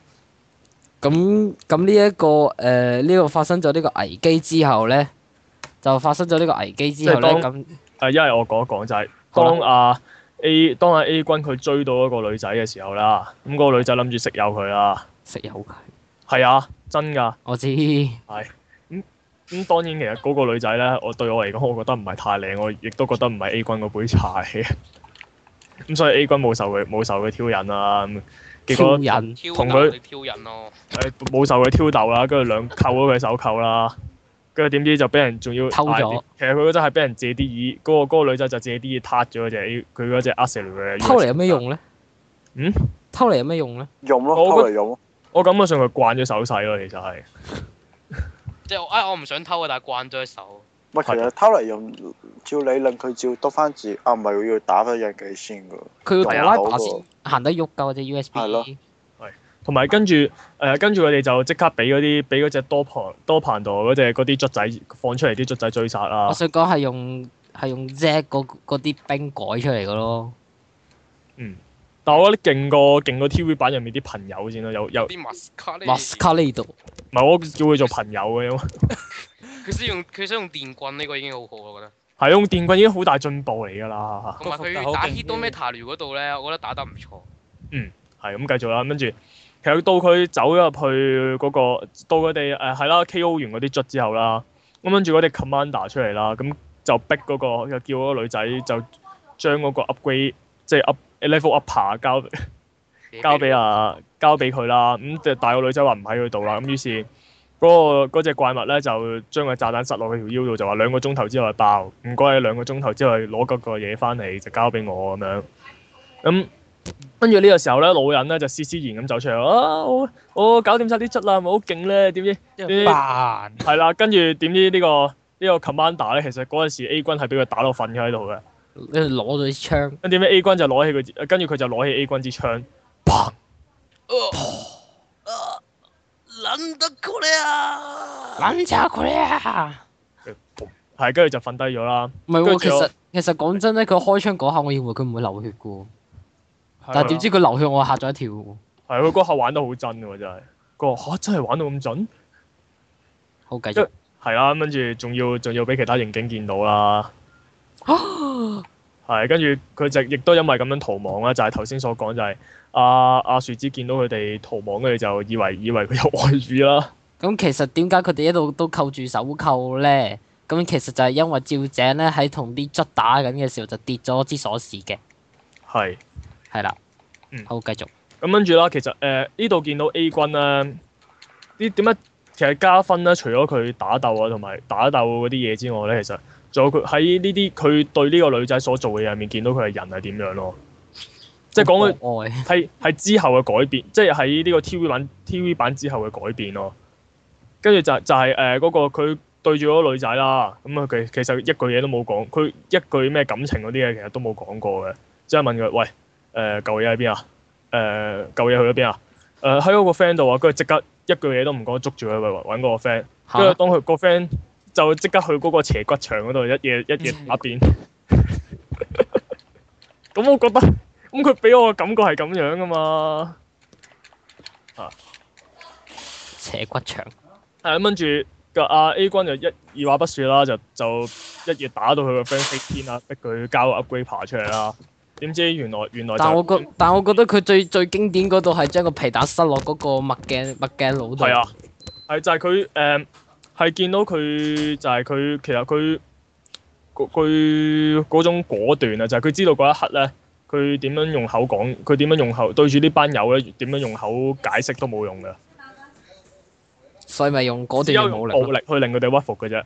Speaker 3: 咁咁呢一個誒呢個發生咗呢個危機之後咧，就發生咗呢個危機之後咧，
Speaker 4: 即係
Speaker 3: 咁
Speaker 4: 誒，啊一係我講一講就係、
Speaker 3: 好啦
Speaker 4: 當阿 A 當阿 A 君佢追到一個女仔嘅時候啦，咁、嗰個女仔諗住食有佢啦，
Speaker 3: 食有佢，
Speaker 4: 係啊，真㗎。
Speaker 3: 我知。
Speaker 4: 咁當然其實嗰個女仔咧，我對我嚟講，我覺得唔係太靚，我亦都覺得唔係 A 君嗰杯茶嚟嘅。咁所以 A 君冇受佢冇受佢挑釁啦，咁結
Speaker 3: 挑啊
Speaker 4: 果
Speaker 3: *laughs* 人
Speaker 1: 挑
Speaker 4: 同
Speaker 1: 釁
Speaker 4: 佢
Speaker 1: 你挑人咯，
Speaker 4: 誒冇受佢挑逗啦，跟住兩扣咗佢手扣啦，跟住點知就俾人仲要
Speaker 3: 偷咗
Speaker 4: 嗌啲。其實佢嗰陣係俾人借啲耳，嗰、個嗰個女仔就借啲耳撻咗隻佢嗰隻 a s 嘅。
Speaker 3: 偷嚟有咩？用咧？
Speaker 4: 嗯？
Speaker 3: 偷嚟有咩用咧？
Speaker 5: 用咯，
Speaker 4: 我
Speaker 5: 偷
Speaker 4: 覺
Speaker 5: 嚟用咯。
Speaker 4: 我感覺上佢慣咗手勢咯，其實係。
Speaker 1: 即係我哎我唔想偷啊，但係慣咗一手。
Speaker 5: 喂，其
Speaker 4: 係
Speaker 5: 實偷嚟用，照理論佢照篤翻字，啊唔係要打翻印記先㗎。
Speaker 3: 佢要
Speaker 5: 係
Speaker 3: 哆
Speaker 5: 啊
Speaker 3: 拉
Speaker 5: 好
Speaker 3: 把
Speaker 5: 喎
Speaker 3: 先行得喐㗎嗰隻 USB。
Speaker 5: 係咯
Speaker 4: 同埋跟住誒、
Speaker 3: 啊
Speaker 4: 跟住佢哋就即刻俾嗰啲俾嗰隻多旁多旁度嗰隻嗰啲卒仔放出嚟啲卒仔追殺啦
Speaker 3: 我。想講係用係用 Z 嗰嗰啲兵改出嚟嘅咯。
Speaker 4: 但我覺得勁過勁過 TV 版入面啲朋友先啦，有有
Speaker 1: 啲 mascara 呢
Speaker 3: m a s c a r a d o
Speaker 4: 唔係我叫佢做朋友嘅，因為
Speaker 1: 佢使用佢使用電棍呢個已經好好啦，我覺得。
Speaker 4: 係用電棍已經好大進步嚟㗎啦。
Speaker 1: 同埋
Speaker 6: 個伏特
Speaker 1: 佢
Speaker 6: 好
Speaker 1: 打
Speaker 6: 勁
Speaker 1: hit 到 meta 聊嗰度咧，我覺得打得唔錯。
Speaker 4: 係咁繼續啦，跟住其實到佢走咗入去嗰、個到佢哋誒係啦 K.O. 完嗰啲卒之後啦，咁跟住嗰啲 commander 出嚟啦，咁就逼嗰、個又叫嗰個女仔就將嗰個 upgrade 即係 up level up 爬交交俾啊交俾佢啦，咁就但係個女仔話唔喺佢度啦，咁於是嗰、個嗰隻怪物咧就將個炸彈塞落佢條腰度，就話兩個鐘頭之後就爆，唔該你兩個鐘頭之後攞嗰個嘢翻嚟就交俾我咁樣，咁跟住呢個時候咧，老人咧就斯斯然咁走出嚟啊！我我搞掂晒啲質啦，係咪好勁咧？點知
Speaker 6: 即係
Speaker 1: 啊
Speaker 6: 扮
Speaker 4: 係啦，跟住點知呢、個呢、個 commander 咧，其實嗰陣時 A 軍係俾佢打到瞓咗喺度嘅。
Speaker 3: 你攞咗支槍，
Speaker 4: 跟住咩 A 軍就攞起佢支，跟住佢就攞起 A 軍支槍，砰！
Speaker 1: 撚得過你啊！
Speaker 3: 撚走佢啊！
Speaker 4: 係跟住就瞓低咗啦。
Speaker 3: 唔係
Speaker 4: 跟
Speaker 3: 喎，
Speaker 4: 住
Speaker 3: 其
Speaker 4: 我
Speaker 3: 實其實講真咧，佢開槍嗰下，我以為佢唔會流血嘅喎，但
Speaker 4: 係啊
Speaker 3: 係點知佢流血，我嚇咗一跳喎，
Speaker 4: 係佢嗰下玩得好真喎，真係。佢話嚇真係玩到咁準，
Speaker 3: 好繼
Speaker 4: 因
Speaker 3: 續
Speaker 4: 為。係啦，跟住仲要仲要俾其他刑警見到啦。係跟住佢就亦都因為咁樣逃亡啊啦，就係頭先所講就係阿阿樹枝見到佢哋逃亡，跟住就以為以為佢有外遇啦。
Speaker 3: 咁其實點解佢哋一路都扣住手扣咧？咁其實就係因為趙井咧喺同啲卒打緊嘅時候就跌咗支鎖匙嘅，
Speaker 4: 係。
Speaker 3: 係啦。
Speaker 4: 嗯
Speaker 3: 好繼續。
Speaker 4: 咁跟住啦，其實誒呢度見到 A 軍咧，呢點解其實加分咧？除咗佢打鬥啊，同埋打鬥嗰啲嘢之外咧，其實仲有佢喺呢啲佢對呢個女仔所做嘅嘢入面，見到佢係人係點樣咯。即係講佢
Speaker 3: 佢愛。
Speaker 4: 係係之後嘅改變，即係喺呢個 TV 版 TV 版之後嘅改變咯。跟住就就係誒嗰個佢對住嗰個女仔啦，咁啊佢其實一句嘢都冇講，佢一句咩感情嗰啲嘢其實都冇講過嘅，即係問佢喂誒舊嘢喺邊啊？誒、舊嘢去咗邊啊？誒喺嗰個 friend 度啊，跟住即刻一句嘢都唔講，捉住佢喂揾嗰個 friend，
Speaker 3: 嚇
Speaker 4: 跟住當佢個 friend 就即刻去嗰個斜骨場嗰度一夜一夜打扁。咁我覺得，咁佢俾我嘅感覺係咁樣噶嘛。
Speaker 3: 斜骨長。
Speaker 4: 係咁跟住個阿 A 軍就一二話不說啦，就就一夜打到佢個 friend 飛天啦，逼佢交個 upgrade 爬出嚟啦。點知原來原來就
Speaker 3: 但我覺但我覺得佢最最經典嗰度係將個皮帶塞落嗰個墨鏡墨鏡佬度。
Speaker 4: 係啊，係就係佢誒係見到佢就係佢其實佢佢佢嗰種果斷啊，就係、佢知道嗰一刻咧，佢點樣用口講，佢點樣用口對住呢班友咧，點樣用口解釋都冇用嘅，
Speaker 3: 所以咪用嗰
Speaker 4: 只
Speaker 3: 段
Speaker 4: 有
Speaker 3: 嘅
Speaker 4: 用
Speaker 3: 武力啊
Speaker 4: 暴
Speaker 3: 咯。
Speaker 4: 力去令佢哋屈服嘅啫。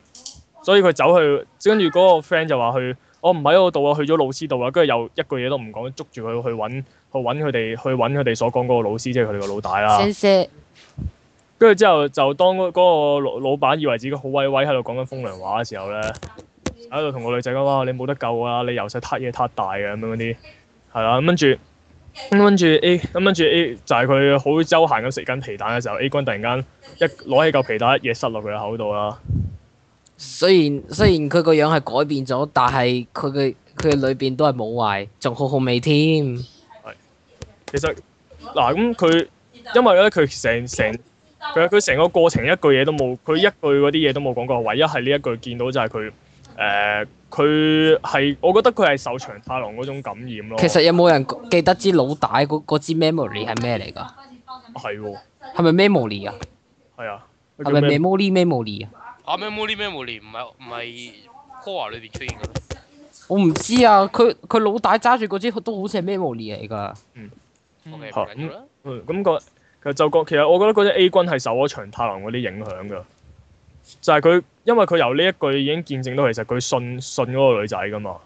Speaker 4: 所以佢走去，跟住嗰個 friend 就話去，我唔喺嗰度啊，去咗老師度啊，跟住又一句嘢都唔講，捉住佢去揾去揾佢哋去揾佢哋所講嗰個老師，即係佢哋個老大啦。
Speaker 3: 聲聲
Speaker 4: 跟住之後就當嗰嗰個老老闆以為自己好威威喺度講緊風涼話嘅時候咧，喺度同個女仔講：哇，你冇得救啊！你由細撻嘢撻大嘅咁樣嗰啲，係啦。咁跟住，咁跟住 A，咁跟住 A 就係佢好周閒咁食緊皮蛋嘅時候，A 君突然間一攞起嚿皮蛋，一嘢塞落佢嘅口度啦。
Speaker 3: 雖然雖然佢個樣係改變咗，但係佢嘅佢裏邊都係冇壞，仲好好味添。
Speaker 4: 哦其實嗱咁佢，因為咧佢成成佢佢成個過程一句嘢都冇，佢一句嗰啲嘢都冇講過，唯一係呢一句見到就係佢誒佢係，我覺得佢係受長太郎嗰種感染咯。
Speaker 3: 其實有冇人記得支老大嗰嗰支 memory 係咩嚟㗎？
Speaker 4: 係喎，
Speaker 3: 係咪 memory 啊？
Speaker 4: 係啊，佢叫
Speaker 3: 係咪
Speaker 4: 咩
Speaker 3: memory memory 啊？
Speaker 1: 啊 memory memory 唔係唔係 core 裏邊出現嘅咩
Speaker 3: 我唔知啊，佢佢老大揸住嗰支都好似係 memory 嚟㗎。
Speaker 1: ？OK 唔
Speaker 4: 好
Speaker 1: 緊要啦。
Speaker 4: 嗯咁、個其實就個其實我覺得嗰隻 A 軍係受咗長太郎嗰啲影響㗎，就係、佢因為佢由呢一句已經見證到其實佢信信嗰個女仔㗎嘛。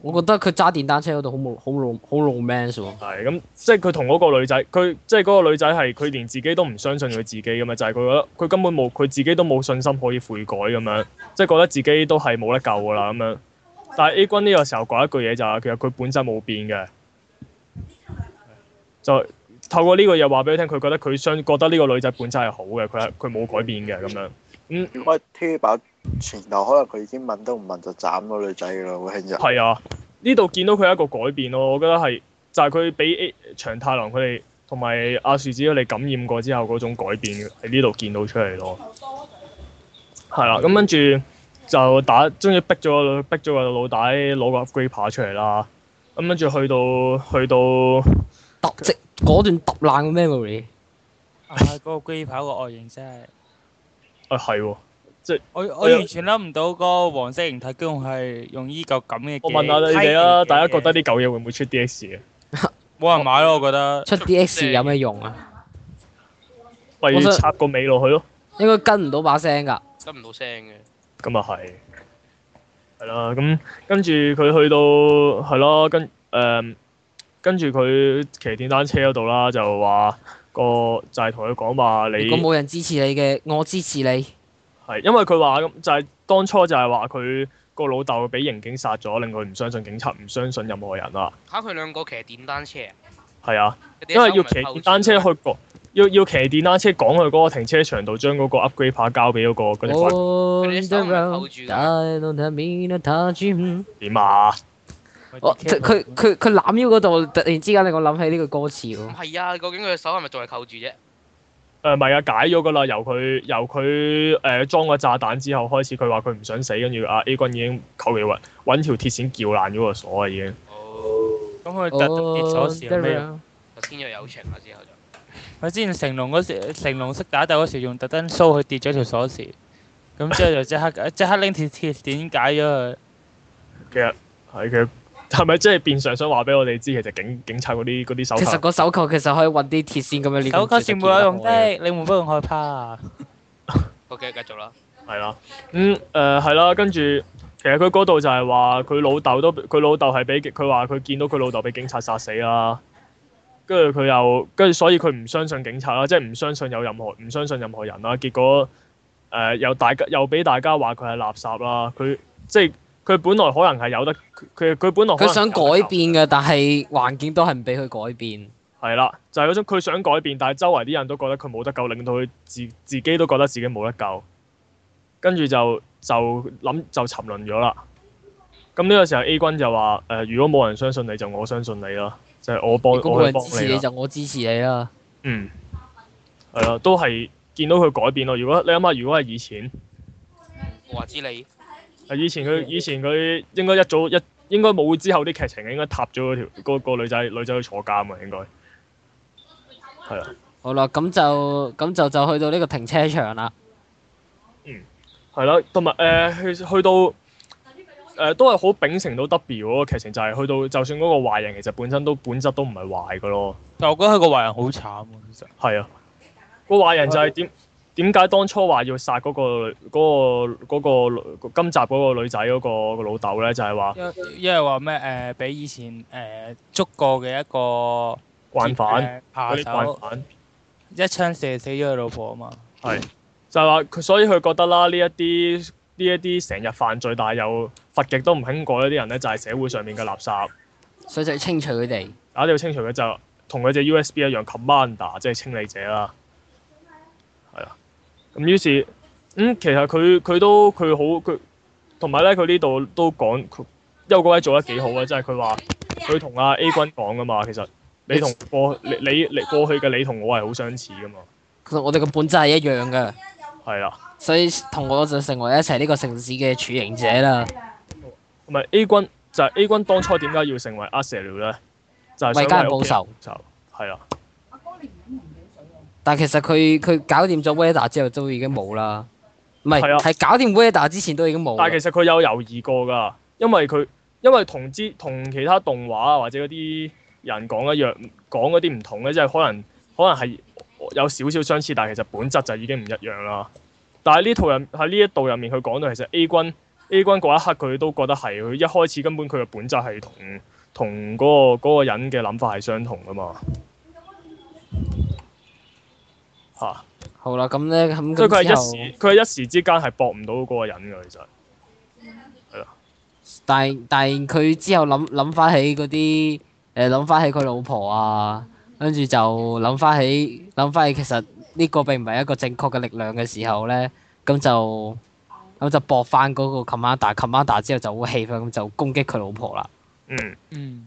Speaker 3: 我覺得佢揸電單車嗰度好冇好 rom 好 romance 喎。
Speaker 4: 係咁，即係佢同嗰個女仔，佢即係嗰個女仔係佢連自己都唔相信佢自己咁嘛，就係、佢覺得佢根本冇佢自己都冇信心可以悔改咁樣，即係覺得自己都係冇得救㗎啦咁樣。但係 A 君呢個時候講一句嘢就係、其實佢本身冇變嘅，就透過呢個嘢話俾佢聽，佢覺得佢相覺得呢個女仔本身係好嘅，佢係佢冇改變嘅咁樣。
Speaker 5: 如果 TV 版前頭，可能佢已經問都唔問就斬個女仔㗎啦，會輕人。
Speaker 4: 係啊，呢度見到佢一個改變咯，我覺得係就係佢俾 A 長太郎佢哋同埋阿樹子佢哋感染過之後嗰種改變喺呢度見到出嚟咯。係啦、咁跟住就打，終於逼咗個逼咗個老大攞個 upgrade 爬出嚟啦。咁跟住去到去到
Speaker 3: 揼即嗰段揼爛個 memory。
Speaker 6: 啊嗰個機跑個外形真係，
Speaker 4: 啊係喎，
Speaker 6: 我我
Speaker 4: 有
Speaker 6: 完全諗唔到個黃色形態居然係用依嚿咁嘅。
Speaker 4: 我問下你哋啊，大家覺得呢舊嘢會唔會出 DX 嘅？
Speaker 6: 冇人買咯？我覺得
Speaker 3: 出 DX 有咩用啊？
Speaker 4: 咪
Speaker 3: 我
Speaker 4: 要
Speaker 3: 想
Speaker 4: 插個尾落去咯，
Speaker 3: 應該跟唔到把聲㗎。
Speaker 1: 得唔到聲嘅。
Speaker 4: 咁啊係。係啦，咁跟住佢去到係咯，跟誒。跟住佢騎電單車嗰度啦，就話個就係同佢講話你
Speaker 3: 如果冇人支持你嘅，我支持你。
Speaker 4: 係因為佢話咁就係、當初就係話佢個老豆俾刑警殺咗，令佢唔相信警察，唔相信任何人啦。
Speaker 1: 嚇佢兩個騎電單車啊，
Speaker 4: 係啊。因
Speaker 1: 因
Speaker 4: 為要騎電單車去講，要要騎電單車趕去嗰個停車場度，將嗰個 upgrade 牌交俾嗰個嗰
Speaker 3: 哦
Speaker 4: 條法
Speaker 1: 哋手咪扣住㗎
Speaker 3: I don't have me to touch you
Speaker 4: 點啊？
Speaker 3: 我佢佢佢佢攬腰嗰度，突然之間令我諗起呢句歌詞
Speaker 1: 唔
Speaker 3: 喎。
Speaker 1: 係啊，究竟佢嘅手係咪仲係扣住啫？
Speaker 4: 誒唔係啊，解咗噶啦，由佢由佢誒、呃、裝個炸彈之後開始，佢話佢唔想死，跟住阿 A 君已經求其揾揾條鐵線撬爛咗個鎖啊，已經。
Speaker 1: 哦，
Speaker 6: 咁佢特登跌鎖匙後尾又
Speaker 1: 就天若有情啦，之後就
Speaker 6: 佢之前成龍嗰時，成龍識打鬥嗰時，仲特登 show 佢跌咗條鎖匙，咁之後就即刻 *laughs* 即刻拎條鐵鏈解咗佢。
Speaker 4: 係嘅，係咪即係變相想話俾我哋知，其實警警察嗰啲嗰啲手
Speaker 3: 其實
Speaker 4: 法
Speaker 3: 個手扣其實可以揾啲鐵線咁樣連
Speaker 6: 手扣是沒有用的
Speaker 3: 嘅。，
Speaker 6: 你們不用害怕。
Speaker 1: OK，繼續啦。
Speaker 4: 係啦。咁誒係啦，跟住其實佢嗰度就係話佢老豆都佢老豆係俾佢話佢見到佢老豆俾警察殺死啦。跟住佢又跟住，所以佢唔相信警察啦，即係唔相信有任何唔相信任何人啦。結果誒、呃又大家又俾大家話佢係垃圾啦。佢即係佢本來可能係有得佢佢本來可
Speaker 3: 佢
Speaker 4: 能
Speaker 3: 想
Speaker 4: 有得
Speaker 3: 改變嘅，但係環境都係唔俾佢改變。
Speaker 4: 係啦，就係、嗰種佢想改變，但係周圍啲人都覺得佢冇得救，令到佢自自己都覺得自己冇得救，跟住就就諗就沉淪咗啦。咁呢個時候 A 君就話：誒、呃如果冇人相信你，就我相信你啦，就係、我幫
Speaker 3: 如果冇
Speaker 4: 我去
Speaker 3: 人
Speaker 4: 幫
Speaker 3: 支持你，就
Speaker 4: 你啦。
Speaker 3: 我支持你啦。
Speaker 4: 嗯，係啦，都係見到佢改變咯。如果你諗下，如果係以前，
Speaker 1: 我話知你
Speaker 4: 係以前佢以前佢應該一早一應該冇之後啲劇情嘅，應該塌咗嗰條嗰、個女仔女仔去坐監啊，應該係啦。
Speaker 3: 好啦，咁就咁就就去到呢個停車場啦。
Speaker 4: 係啦，同埋誒去去到誒、呃都係好秉承到 W 嗰個劇情，就係、去到就算嗰個壞人其實本身都本質都唔係壞嘅咯，
Speaker 6: 但我覺得佢個壞人好慘啊，其實。
Speaker 4: 係啊，個壞人就係點點解當初話要殺嗰、個嗰、個嗰、個今集嗰個女仔嗰、個、個老豆咧，就係話
Speaker 6: 因因為話咩誒，俾以前誒捉過嘅一個
Speaker 4: 慣犯
Speaker 6: 誒
Speaker 4: 嗰
Speaker 6: 扒
Speaker 4: 啲慣
Speaker 6: 手
Speaker 4: 犯。
Speaker 6: 一槍射死咗佢老婆啊嘛。
Speaker 4: 就係話佢，所以佢覺得啦，呢一啲呢一啲成日犯罪但係又罰極都唔輕過呢啲人咧，就係、社會上面嘅垃圾。
Speaker 3: 所以就要清除佢哋。
Speaker 4: 打掉清除佢就同佢隻 USB 一樣 commander，即係清理者啦。係啦，咁於是嗯，其實佢佢都佢好佢，同埋咧佢呢度都講，佢邱嗰位做得幾好啊！即係佢話佢同阿 A 君講噶嘛，其實你同過你你你過去嘅你同我係好相似噶嘛，
Speaker 3: 其實我哋嘅本質係一樣嘅，
Speaker 4: 係啦，
Speaker 3: 所以同我就成為一齊呢個城市嘅處刑者啦。
Speaker 4: 同埋啊 A 君就係、A 君當初點解要成為阿蛇了咧？就係、
Speaker 3: 為
Speaker 4: 想
Speaker 3: 家人
Speaker 4: 屋
Speaker 3: 報
Speaker 4: 企人
Speaker 3: 仇，
Speaker 4: 報仇，係啦。
Speaker 3: 但其實佢佢搞掂咗 Weda 之後都已經冇啦，唔係
Speaker 4: 係啊
Speaker 3: 係搞掂 Weda 之前都已經冇啦。
Speaker 4: 但係其實佢有猶豫過㗎，因為佢因為同之同其他動畫啊或者嗰啲人講一樣講嗰啲唔同咧，即係可能可能係有少少相似，但係其實本質就已經唔一樣啦。但係呢套入喺呢一度入面，佢講到其實 A 君 A 君嗰一刻佢都覺得係佢一開始根本佢嘅本質係同同嗰個嗰個人嘅諗法係相同㗎嘛。嚇、
Speaker 3: 好啦，咁咧咁
Speaker 4: 所以佢
Speaker 3: 咁之
Speaker 4: 係一
Speaker 3: 後，
Speaker 4: 時佢係一時之間係搏唔到嗰個人㗎，其實。
Speaker 3: 但係但係佢之後諗諗翻起嗰啲誒諗翻起佢老婆啊，跟住就諗翻起諗翻起其實呢個並唔係一個正確嘅力量嘅時候咧，咁就咁就搏翻嗰個 commander，commander 之後就好氣憤咁就攻擊佢老婆啦，
Speaker 4: 嗯。
Speaker 6: 嗯。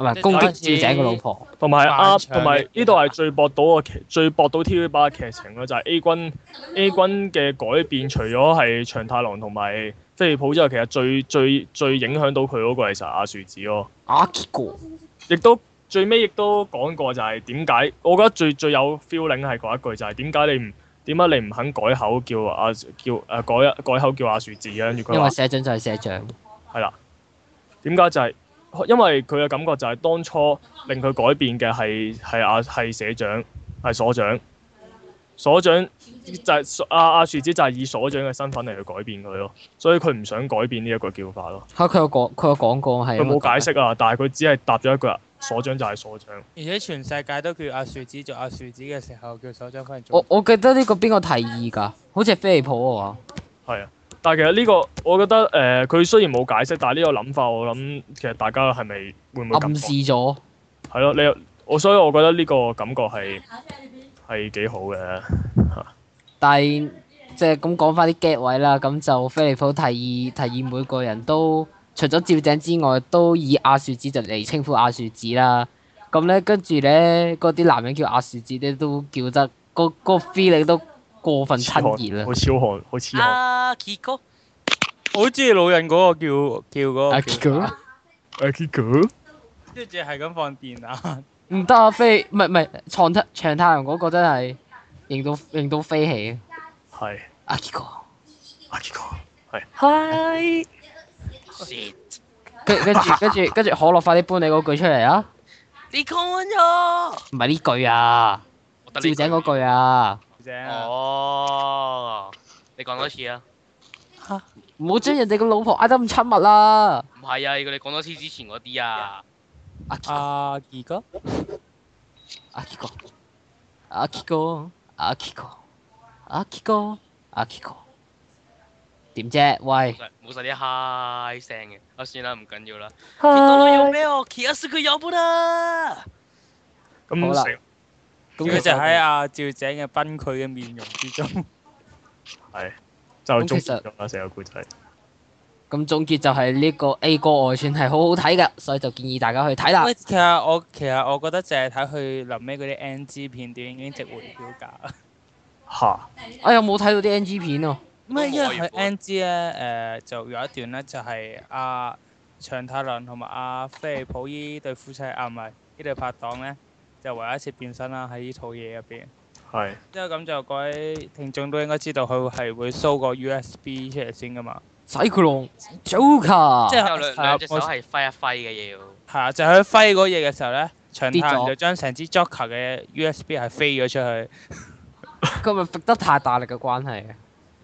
Speaker 3: 唔係
Speaker 6: 即係
Speaker 3: 攻擊照
Speaker 6: 當
Speaker 3: 井佢老
Speaker 6: 時
Speaker 3: 婆。
Speaker 4: 同埋啱，
Speaker 6: 漫長嘅啊
Speaker 4: 同埋呢度係最搏到個劇，最搏到 TV 版嘅劇情啊啦，就係、A 君 A 君嘅改變，除咗係長太郎同埋飛利浦之外，其實最最最影響到佢嗰個係實阿樹子咯，
Speaker 3: 啊，結果
Speaker 4: 亦都最尾亦都講過就係點解，我覺得最最有 feeling 係嗰一句就係點解你唔點解你唔肯改口叫阿叫誒、改改口叫阿樹子啊？跟住佢
Speaker 3: 因
Speaker 4: 話
Speaker 3: 為。社長就係社長，
Speaker 4: 係啦。點解就係、因為佢嘅感覺就係當初令佢改變嘅係係阿係社長係所長，所長就係阿阿樹子就係以所長嘅身份嚟去改變佢咯，所以佢唔想改變呢一個叫法咯。
Speaker 3: 嚇佢有講，佢有講過係。
Speaker 4: 佢冇解。釋啊，但係佢只係答咗一句：啊所長就係所長。
Speaker 6: 而且全世界都叫阿樹子做阿樹子嘅時候，叫首長翻嚟做
Speaker 3: 我。我記得呢個邊個提議㗎？好似係飛利浦啊嘛。
Speaker 4: 係啊，但係其實呢、個我覺得誒，佢、雖然冇解釋，但係呢個諗法我諗其實大家係咪會唔會感
Speaker 3: 暗
Speaker 4: 覺
Speaker 3: 示咗。
Speaker 4: 係咯？你我所以我覺得呢個感覺係係幾好嘅。
Speaker 3: 但係即係咁講翻啲 get 位啦，咁就飛利浦提議提議每個人都除咗照井之外，都以阿樹子就嚟稱呼阿樹子啦。咁咧跟住咧，嗰啲男人叫阿樹子咧都叫得嗰嗰個 feeling 都過分
Speaker 4: 痴漢
Speaker 3: 親熱啊啦。
Speaker 4: 好超寒，好痴寒。
Speaker 6: 啊，結果好中意老人嗰個叫叫啊嗰
Speaker 3: 阿
Speaker 6: 個
Speaker 3: 傑哥
Speaker 6: 叫，
Speaker 4: 誒 Kiko，
Speaker 6: 跟住係咁放電啊！ *laughs*
Speaker 3: 唔得啊！飛唔係唔係長太長太陽嗰個真係型到型到飛起。啊
Speaker 4: 係
Speaker 3: 阿傑哥，
Speaker 4: 阿 Kiko，
Speaker 3: 嗨！
Speaker 1: shit，
Speaker 3: 跟跟
Speaker 6: *laughs*
Speaker 3: 住跟住跟住可樂，快啲搬你嗰句出嚟啊！
Speaker 1: 你 con 咗。
Speaker 3: 唔係呢句啊，
Speaker 1: 我
Speaker 3: 照
Speaker 1: 得呢
Speaker 3: 井
Speaker 1: 句
Speaker 3: 嗰句啊。
Speaker 6: 正啊，
Speaker 1: 哦，你講多次啊？
Speaker 3: 唔好將人哋個老婆嗌得咁親密啦。
Speaker 1: 唔係啊，要你講多次之前嗰啲啊。
Speaker 3: 阿杰哥，
Speaker 6: 阿傑哥，
Speaker 3: 阿杰哥，阿杰哥，阿杰哥，阿杰哥，阿杰哥，點啫？
Speaker 1: 冇
Speaker 3: 喂，
Speaker 1: 晒冇晒啲嗨聲嘅，啊算啦，唔緊要啦。
Speaker 3: 咁
Speaker 1: 咩哦？其實佢有本啦。
Speaker 3: 好啦
Speaker 4: 咁成
Speaker 6: 佢就喺阿趙井嘅崩潰嘅面容之中。
Speaker 4: 係就
Speaker 3: 咁
Speaker 4: 中
Speaker 3: 其
Speaker 4: 咗
Speaker 3: 實
Speaker 4: 啦，成個故仔。
Speaker 6: 啊
Speaker 3: 咁總結就係呢個 A 哥外傳係好好睇嘅，所以就建議大家去睇啦。
Speaker 6: 喂，其實我其實我覺得淨係睇佢臨尾嗰啲 NG 片段已經值回票價啦。
Speaker 4: 嚇
Speaker 3: 我哎又冇睇到啲 NG 片喎，
Speaker 6: 唔係因
Speaker 1: 都冇啊
Speaker 6: 為佢
Speaker 1: 原本
Speaker 6: NG 咧，誒、就有一段咧就係阿長太倫同埋阿菲利普依對夫妻啊，唔係呢對拍檔咧，就唯一一次變身啦喺呢套嘢入邊。
Speaker 4: 係
Speaker 6: 之後咁就各位聽眾都應該知道佢係會 show 個 USB 出嚟先噶嘛，
Speaker 3: 洗佢龍 Joker，
Speaker 6: 即
Speaker 1: 之
Speaker 6: 係
Speaker 1: 後兩
Speaker 6: 係啊
Speaker 1: 兩隻手
Speaker 6: 我
Speaker 1: 係揮一揮嘅要。
Speaker 6: 係啊，就喺佢揮嗰嘢嘅時候咧，長太
Speaker 3: 跌咗
Speaker 6: 倫就將成支 Joker 嘅 USB 係飛咗出去。
Speaker 3: 佢咪揈得太大力嘅關係啊。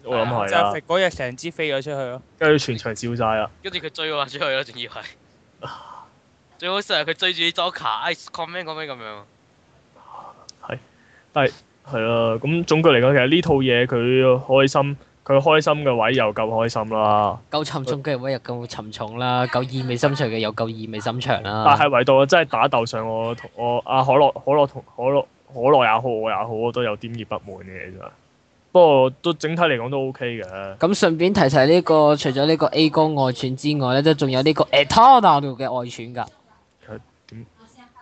Speaker 4: 我諗係
Speaker 6: 就
Speaker 4: 啦
Speaker 6: 係，嗰日成支飛咗出去咯。
Speaker 4: 跟住全場笑晒啦。
Speaker 1: 跟住佢追我出去咯，仲要係。最好笑係佢追住啲 Joker，哎 comment comment 咁樣。
Speaker 4: 係啦，咁總括嚟講，其實呢套嘢佢開心，佢開心嘅位又夠開心啦。
Speaker 3: 夠沉重嘅位又夠沉重
Speaker 6: *laughs*
Speaker 3: 啦，夠意味深長嘅又夠意味深長
Speaker 4: 但
Speaker 3: 啦。
Speaker 4: 係唯獨我真係打鬥上我，同我阿可樂、可樂同可樂、可樂也好，我也好，我都有點熱不滿嘅其實。不過都整體嚟講都 OK 嘅。
Speaker 3: 咁順便提提呢、個，除咗呢個 A 哥外傳之外咧，都仲有呢個 Eternal 嘅外傳㗎。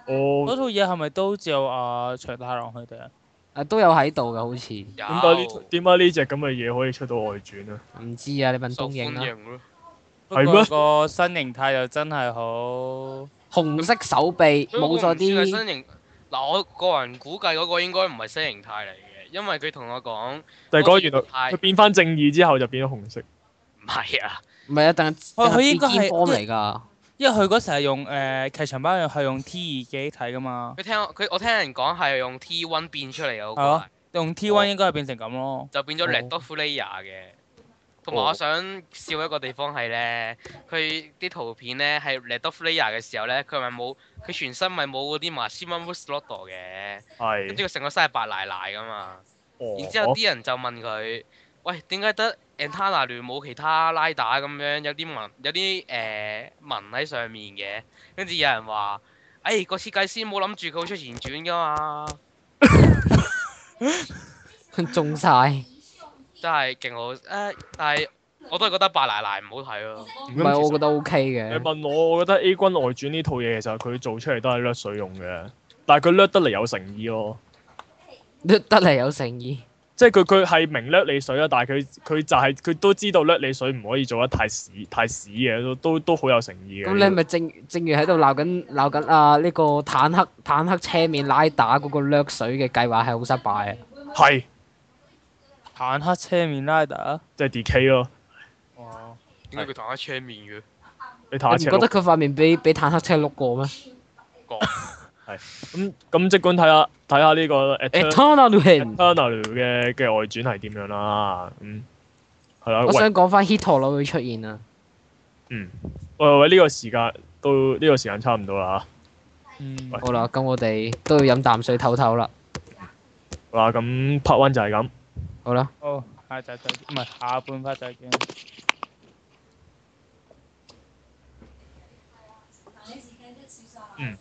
Speaker 6: 嗰
Speaker 4: 我
Speaker 6: 套嘢係咪都只有阿長太郎佢哋啊？
Speaker 3: 啊，都有喺度嘅，好似
Speaker 4: 點解呢
Speaker 1: 有
Speaker 4: 點解呢只咁嘅嘢可以出到外傳咧？
Speaker 3: 唔知啊，你問
Speaker 1: 受
Speaker 3: 東影
Speaker 1: 歡
Speaker 3: 啦。
Speaker 1: 迎咯。
Speaker 6: 不
Speaker 4: 係
Speaker 6: 過
Speaker 4: 咩
Speaker 6: 個新形態就真係好，
Speaker 3: 紅色手臂冇
Speaker 1: 佢嗰個唔啊算
Speaker 3: 咗
Speaker 1: 係
Speaker 3: 啲，
Speaker 1: 新形。嗱，我個人估計嗰個應該唔係新形態嚟嘅，因為佢同我講。
Speaker 4: 就係講原來
Speaker 1: 來
Speaker 4: 佢變翻正義之後就變咗紅色。
Speaker 1: 唔係啊，
Speaker 3: 唔係啊，但係
Speaker 6: 佢佢應該係
Speaker 3: 係 form 嚟㗎。
Speaker 6: 因為佢嗰時係用誒、呃、劇場版係用 T 二機睇噶嘛，
Speaker 1: 佢聽我佢我聽人講係用 T one 變出嚟嘅嗰個
Speaker 6: 係
Speaker 1: 係
Speaker 6: 啊。用 T
Speaker 4: 哦
Speaker 6: one 應該係變成咁咯。
Speaker 1: 就變咗
Speaker 6: 哦
Speaker 1: Red Dot Flyer 嘅。同埋我想笑一個地方係咧，佢啲圖片咧係 Red Dot Flyer 嘅時候咧，佢咪冇佢全身咪冇嗰啲 maximum s l o t 嘅，跟住
Speaker 4: 係。
Speaker 1: 佢成個身係白賴賴噶嘛。然之後
Speaker 4: 哦。
Speaker 1: 啲人就問佢：喂，點解得 Antana 聯冇其他拉打咁樣有啲紋有啲誒、呃、紋喺上面嘅？跟住有人話：誒、個設計師冇諗住佢會出前傳噶嘛，
Speaker 3: *laughs* 中晒。
Speaker 1: 真係勁好誒、但係我都係覺得白賴賴唔好睇咯。
Speaker 3: 唔係我覺得 OK
Speaker 4: 你
Speaker 3: 嘅，
Speaker 4: 問我，我覺得 A 軍外傳呢套嘢其實佢做出嚟都係掠水用嘅，但係佢掠得嚟有誠意咯。
Speaker 3: 得嚟有誠意。
Speaker 4: 即係佢佢係明掠你水啦，但係佢佢就係、佢都知道掠你水唔可以做得太屎太屎嘅，都都都好有誠意嘅。
Speaker 3: 咁你咪正正如喺度鬧緊鬧緊啊呢個坦克坦克車面拉打嗰個掠水嘅計劃係好失敗啊！
Speaker 4: 係
Speaker 6: 坦克車面拉打，
Speaker 4: 即係 DK 咯，
Speaker 6: 哦，
Speaker 1: 點解佢同一車面嘅？
Speaker 4: 你睇
Speaker 3: 你
Speaker 4: 下
Speaker 3: 唔
Speaker 4: 車
Speaker 3: 覺得佢塊面俾俾坦克車碌過咩？
Speaker 1: 講
Speaker 4: 咁咁即管睇下睇下呢個 Etern-
Speaker 3: Eternal Duhin
Speaker 4: Eternal 嘅嘅外傳係點樣啦。嗯，係啦。
Speaker 3: 我
Speaker 4: 喂嗯
Speaker 3: 想講翻 Hito 佬會出現啊！
Speaker 4: 喂喂，呢個時間到呢個時間差唔多啦嚇。
Speaker 6: 嗯
Speaker 4: 喂
Speaker 3: 好啦，咁我哋都要飲啖水唞唞啦。
Speaker 4: 好啦，咁 part one 就係咁。
Speaker 3: 好啦，
Speaker 6: 好，下集再見，唔係下半 part 再見。
Speaker 4: 嗯，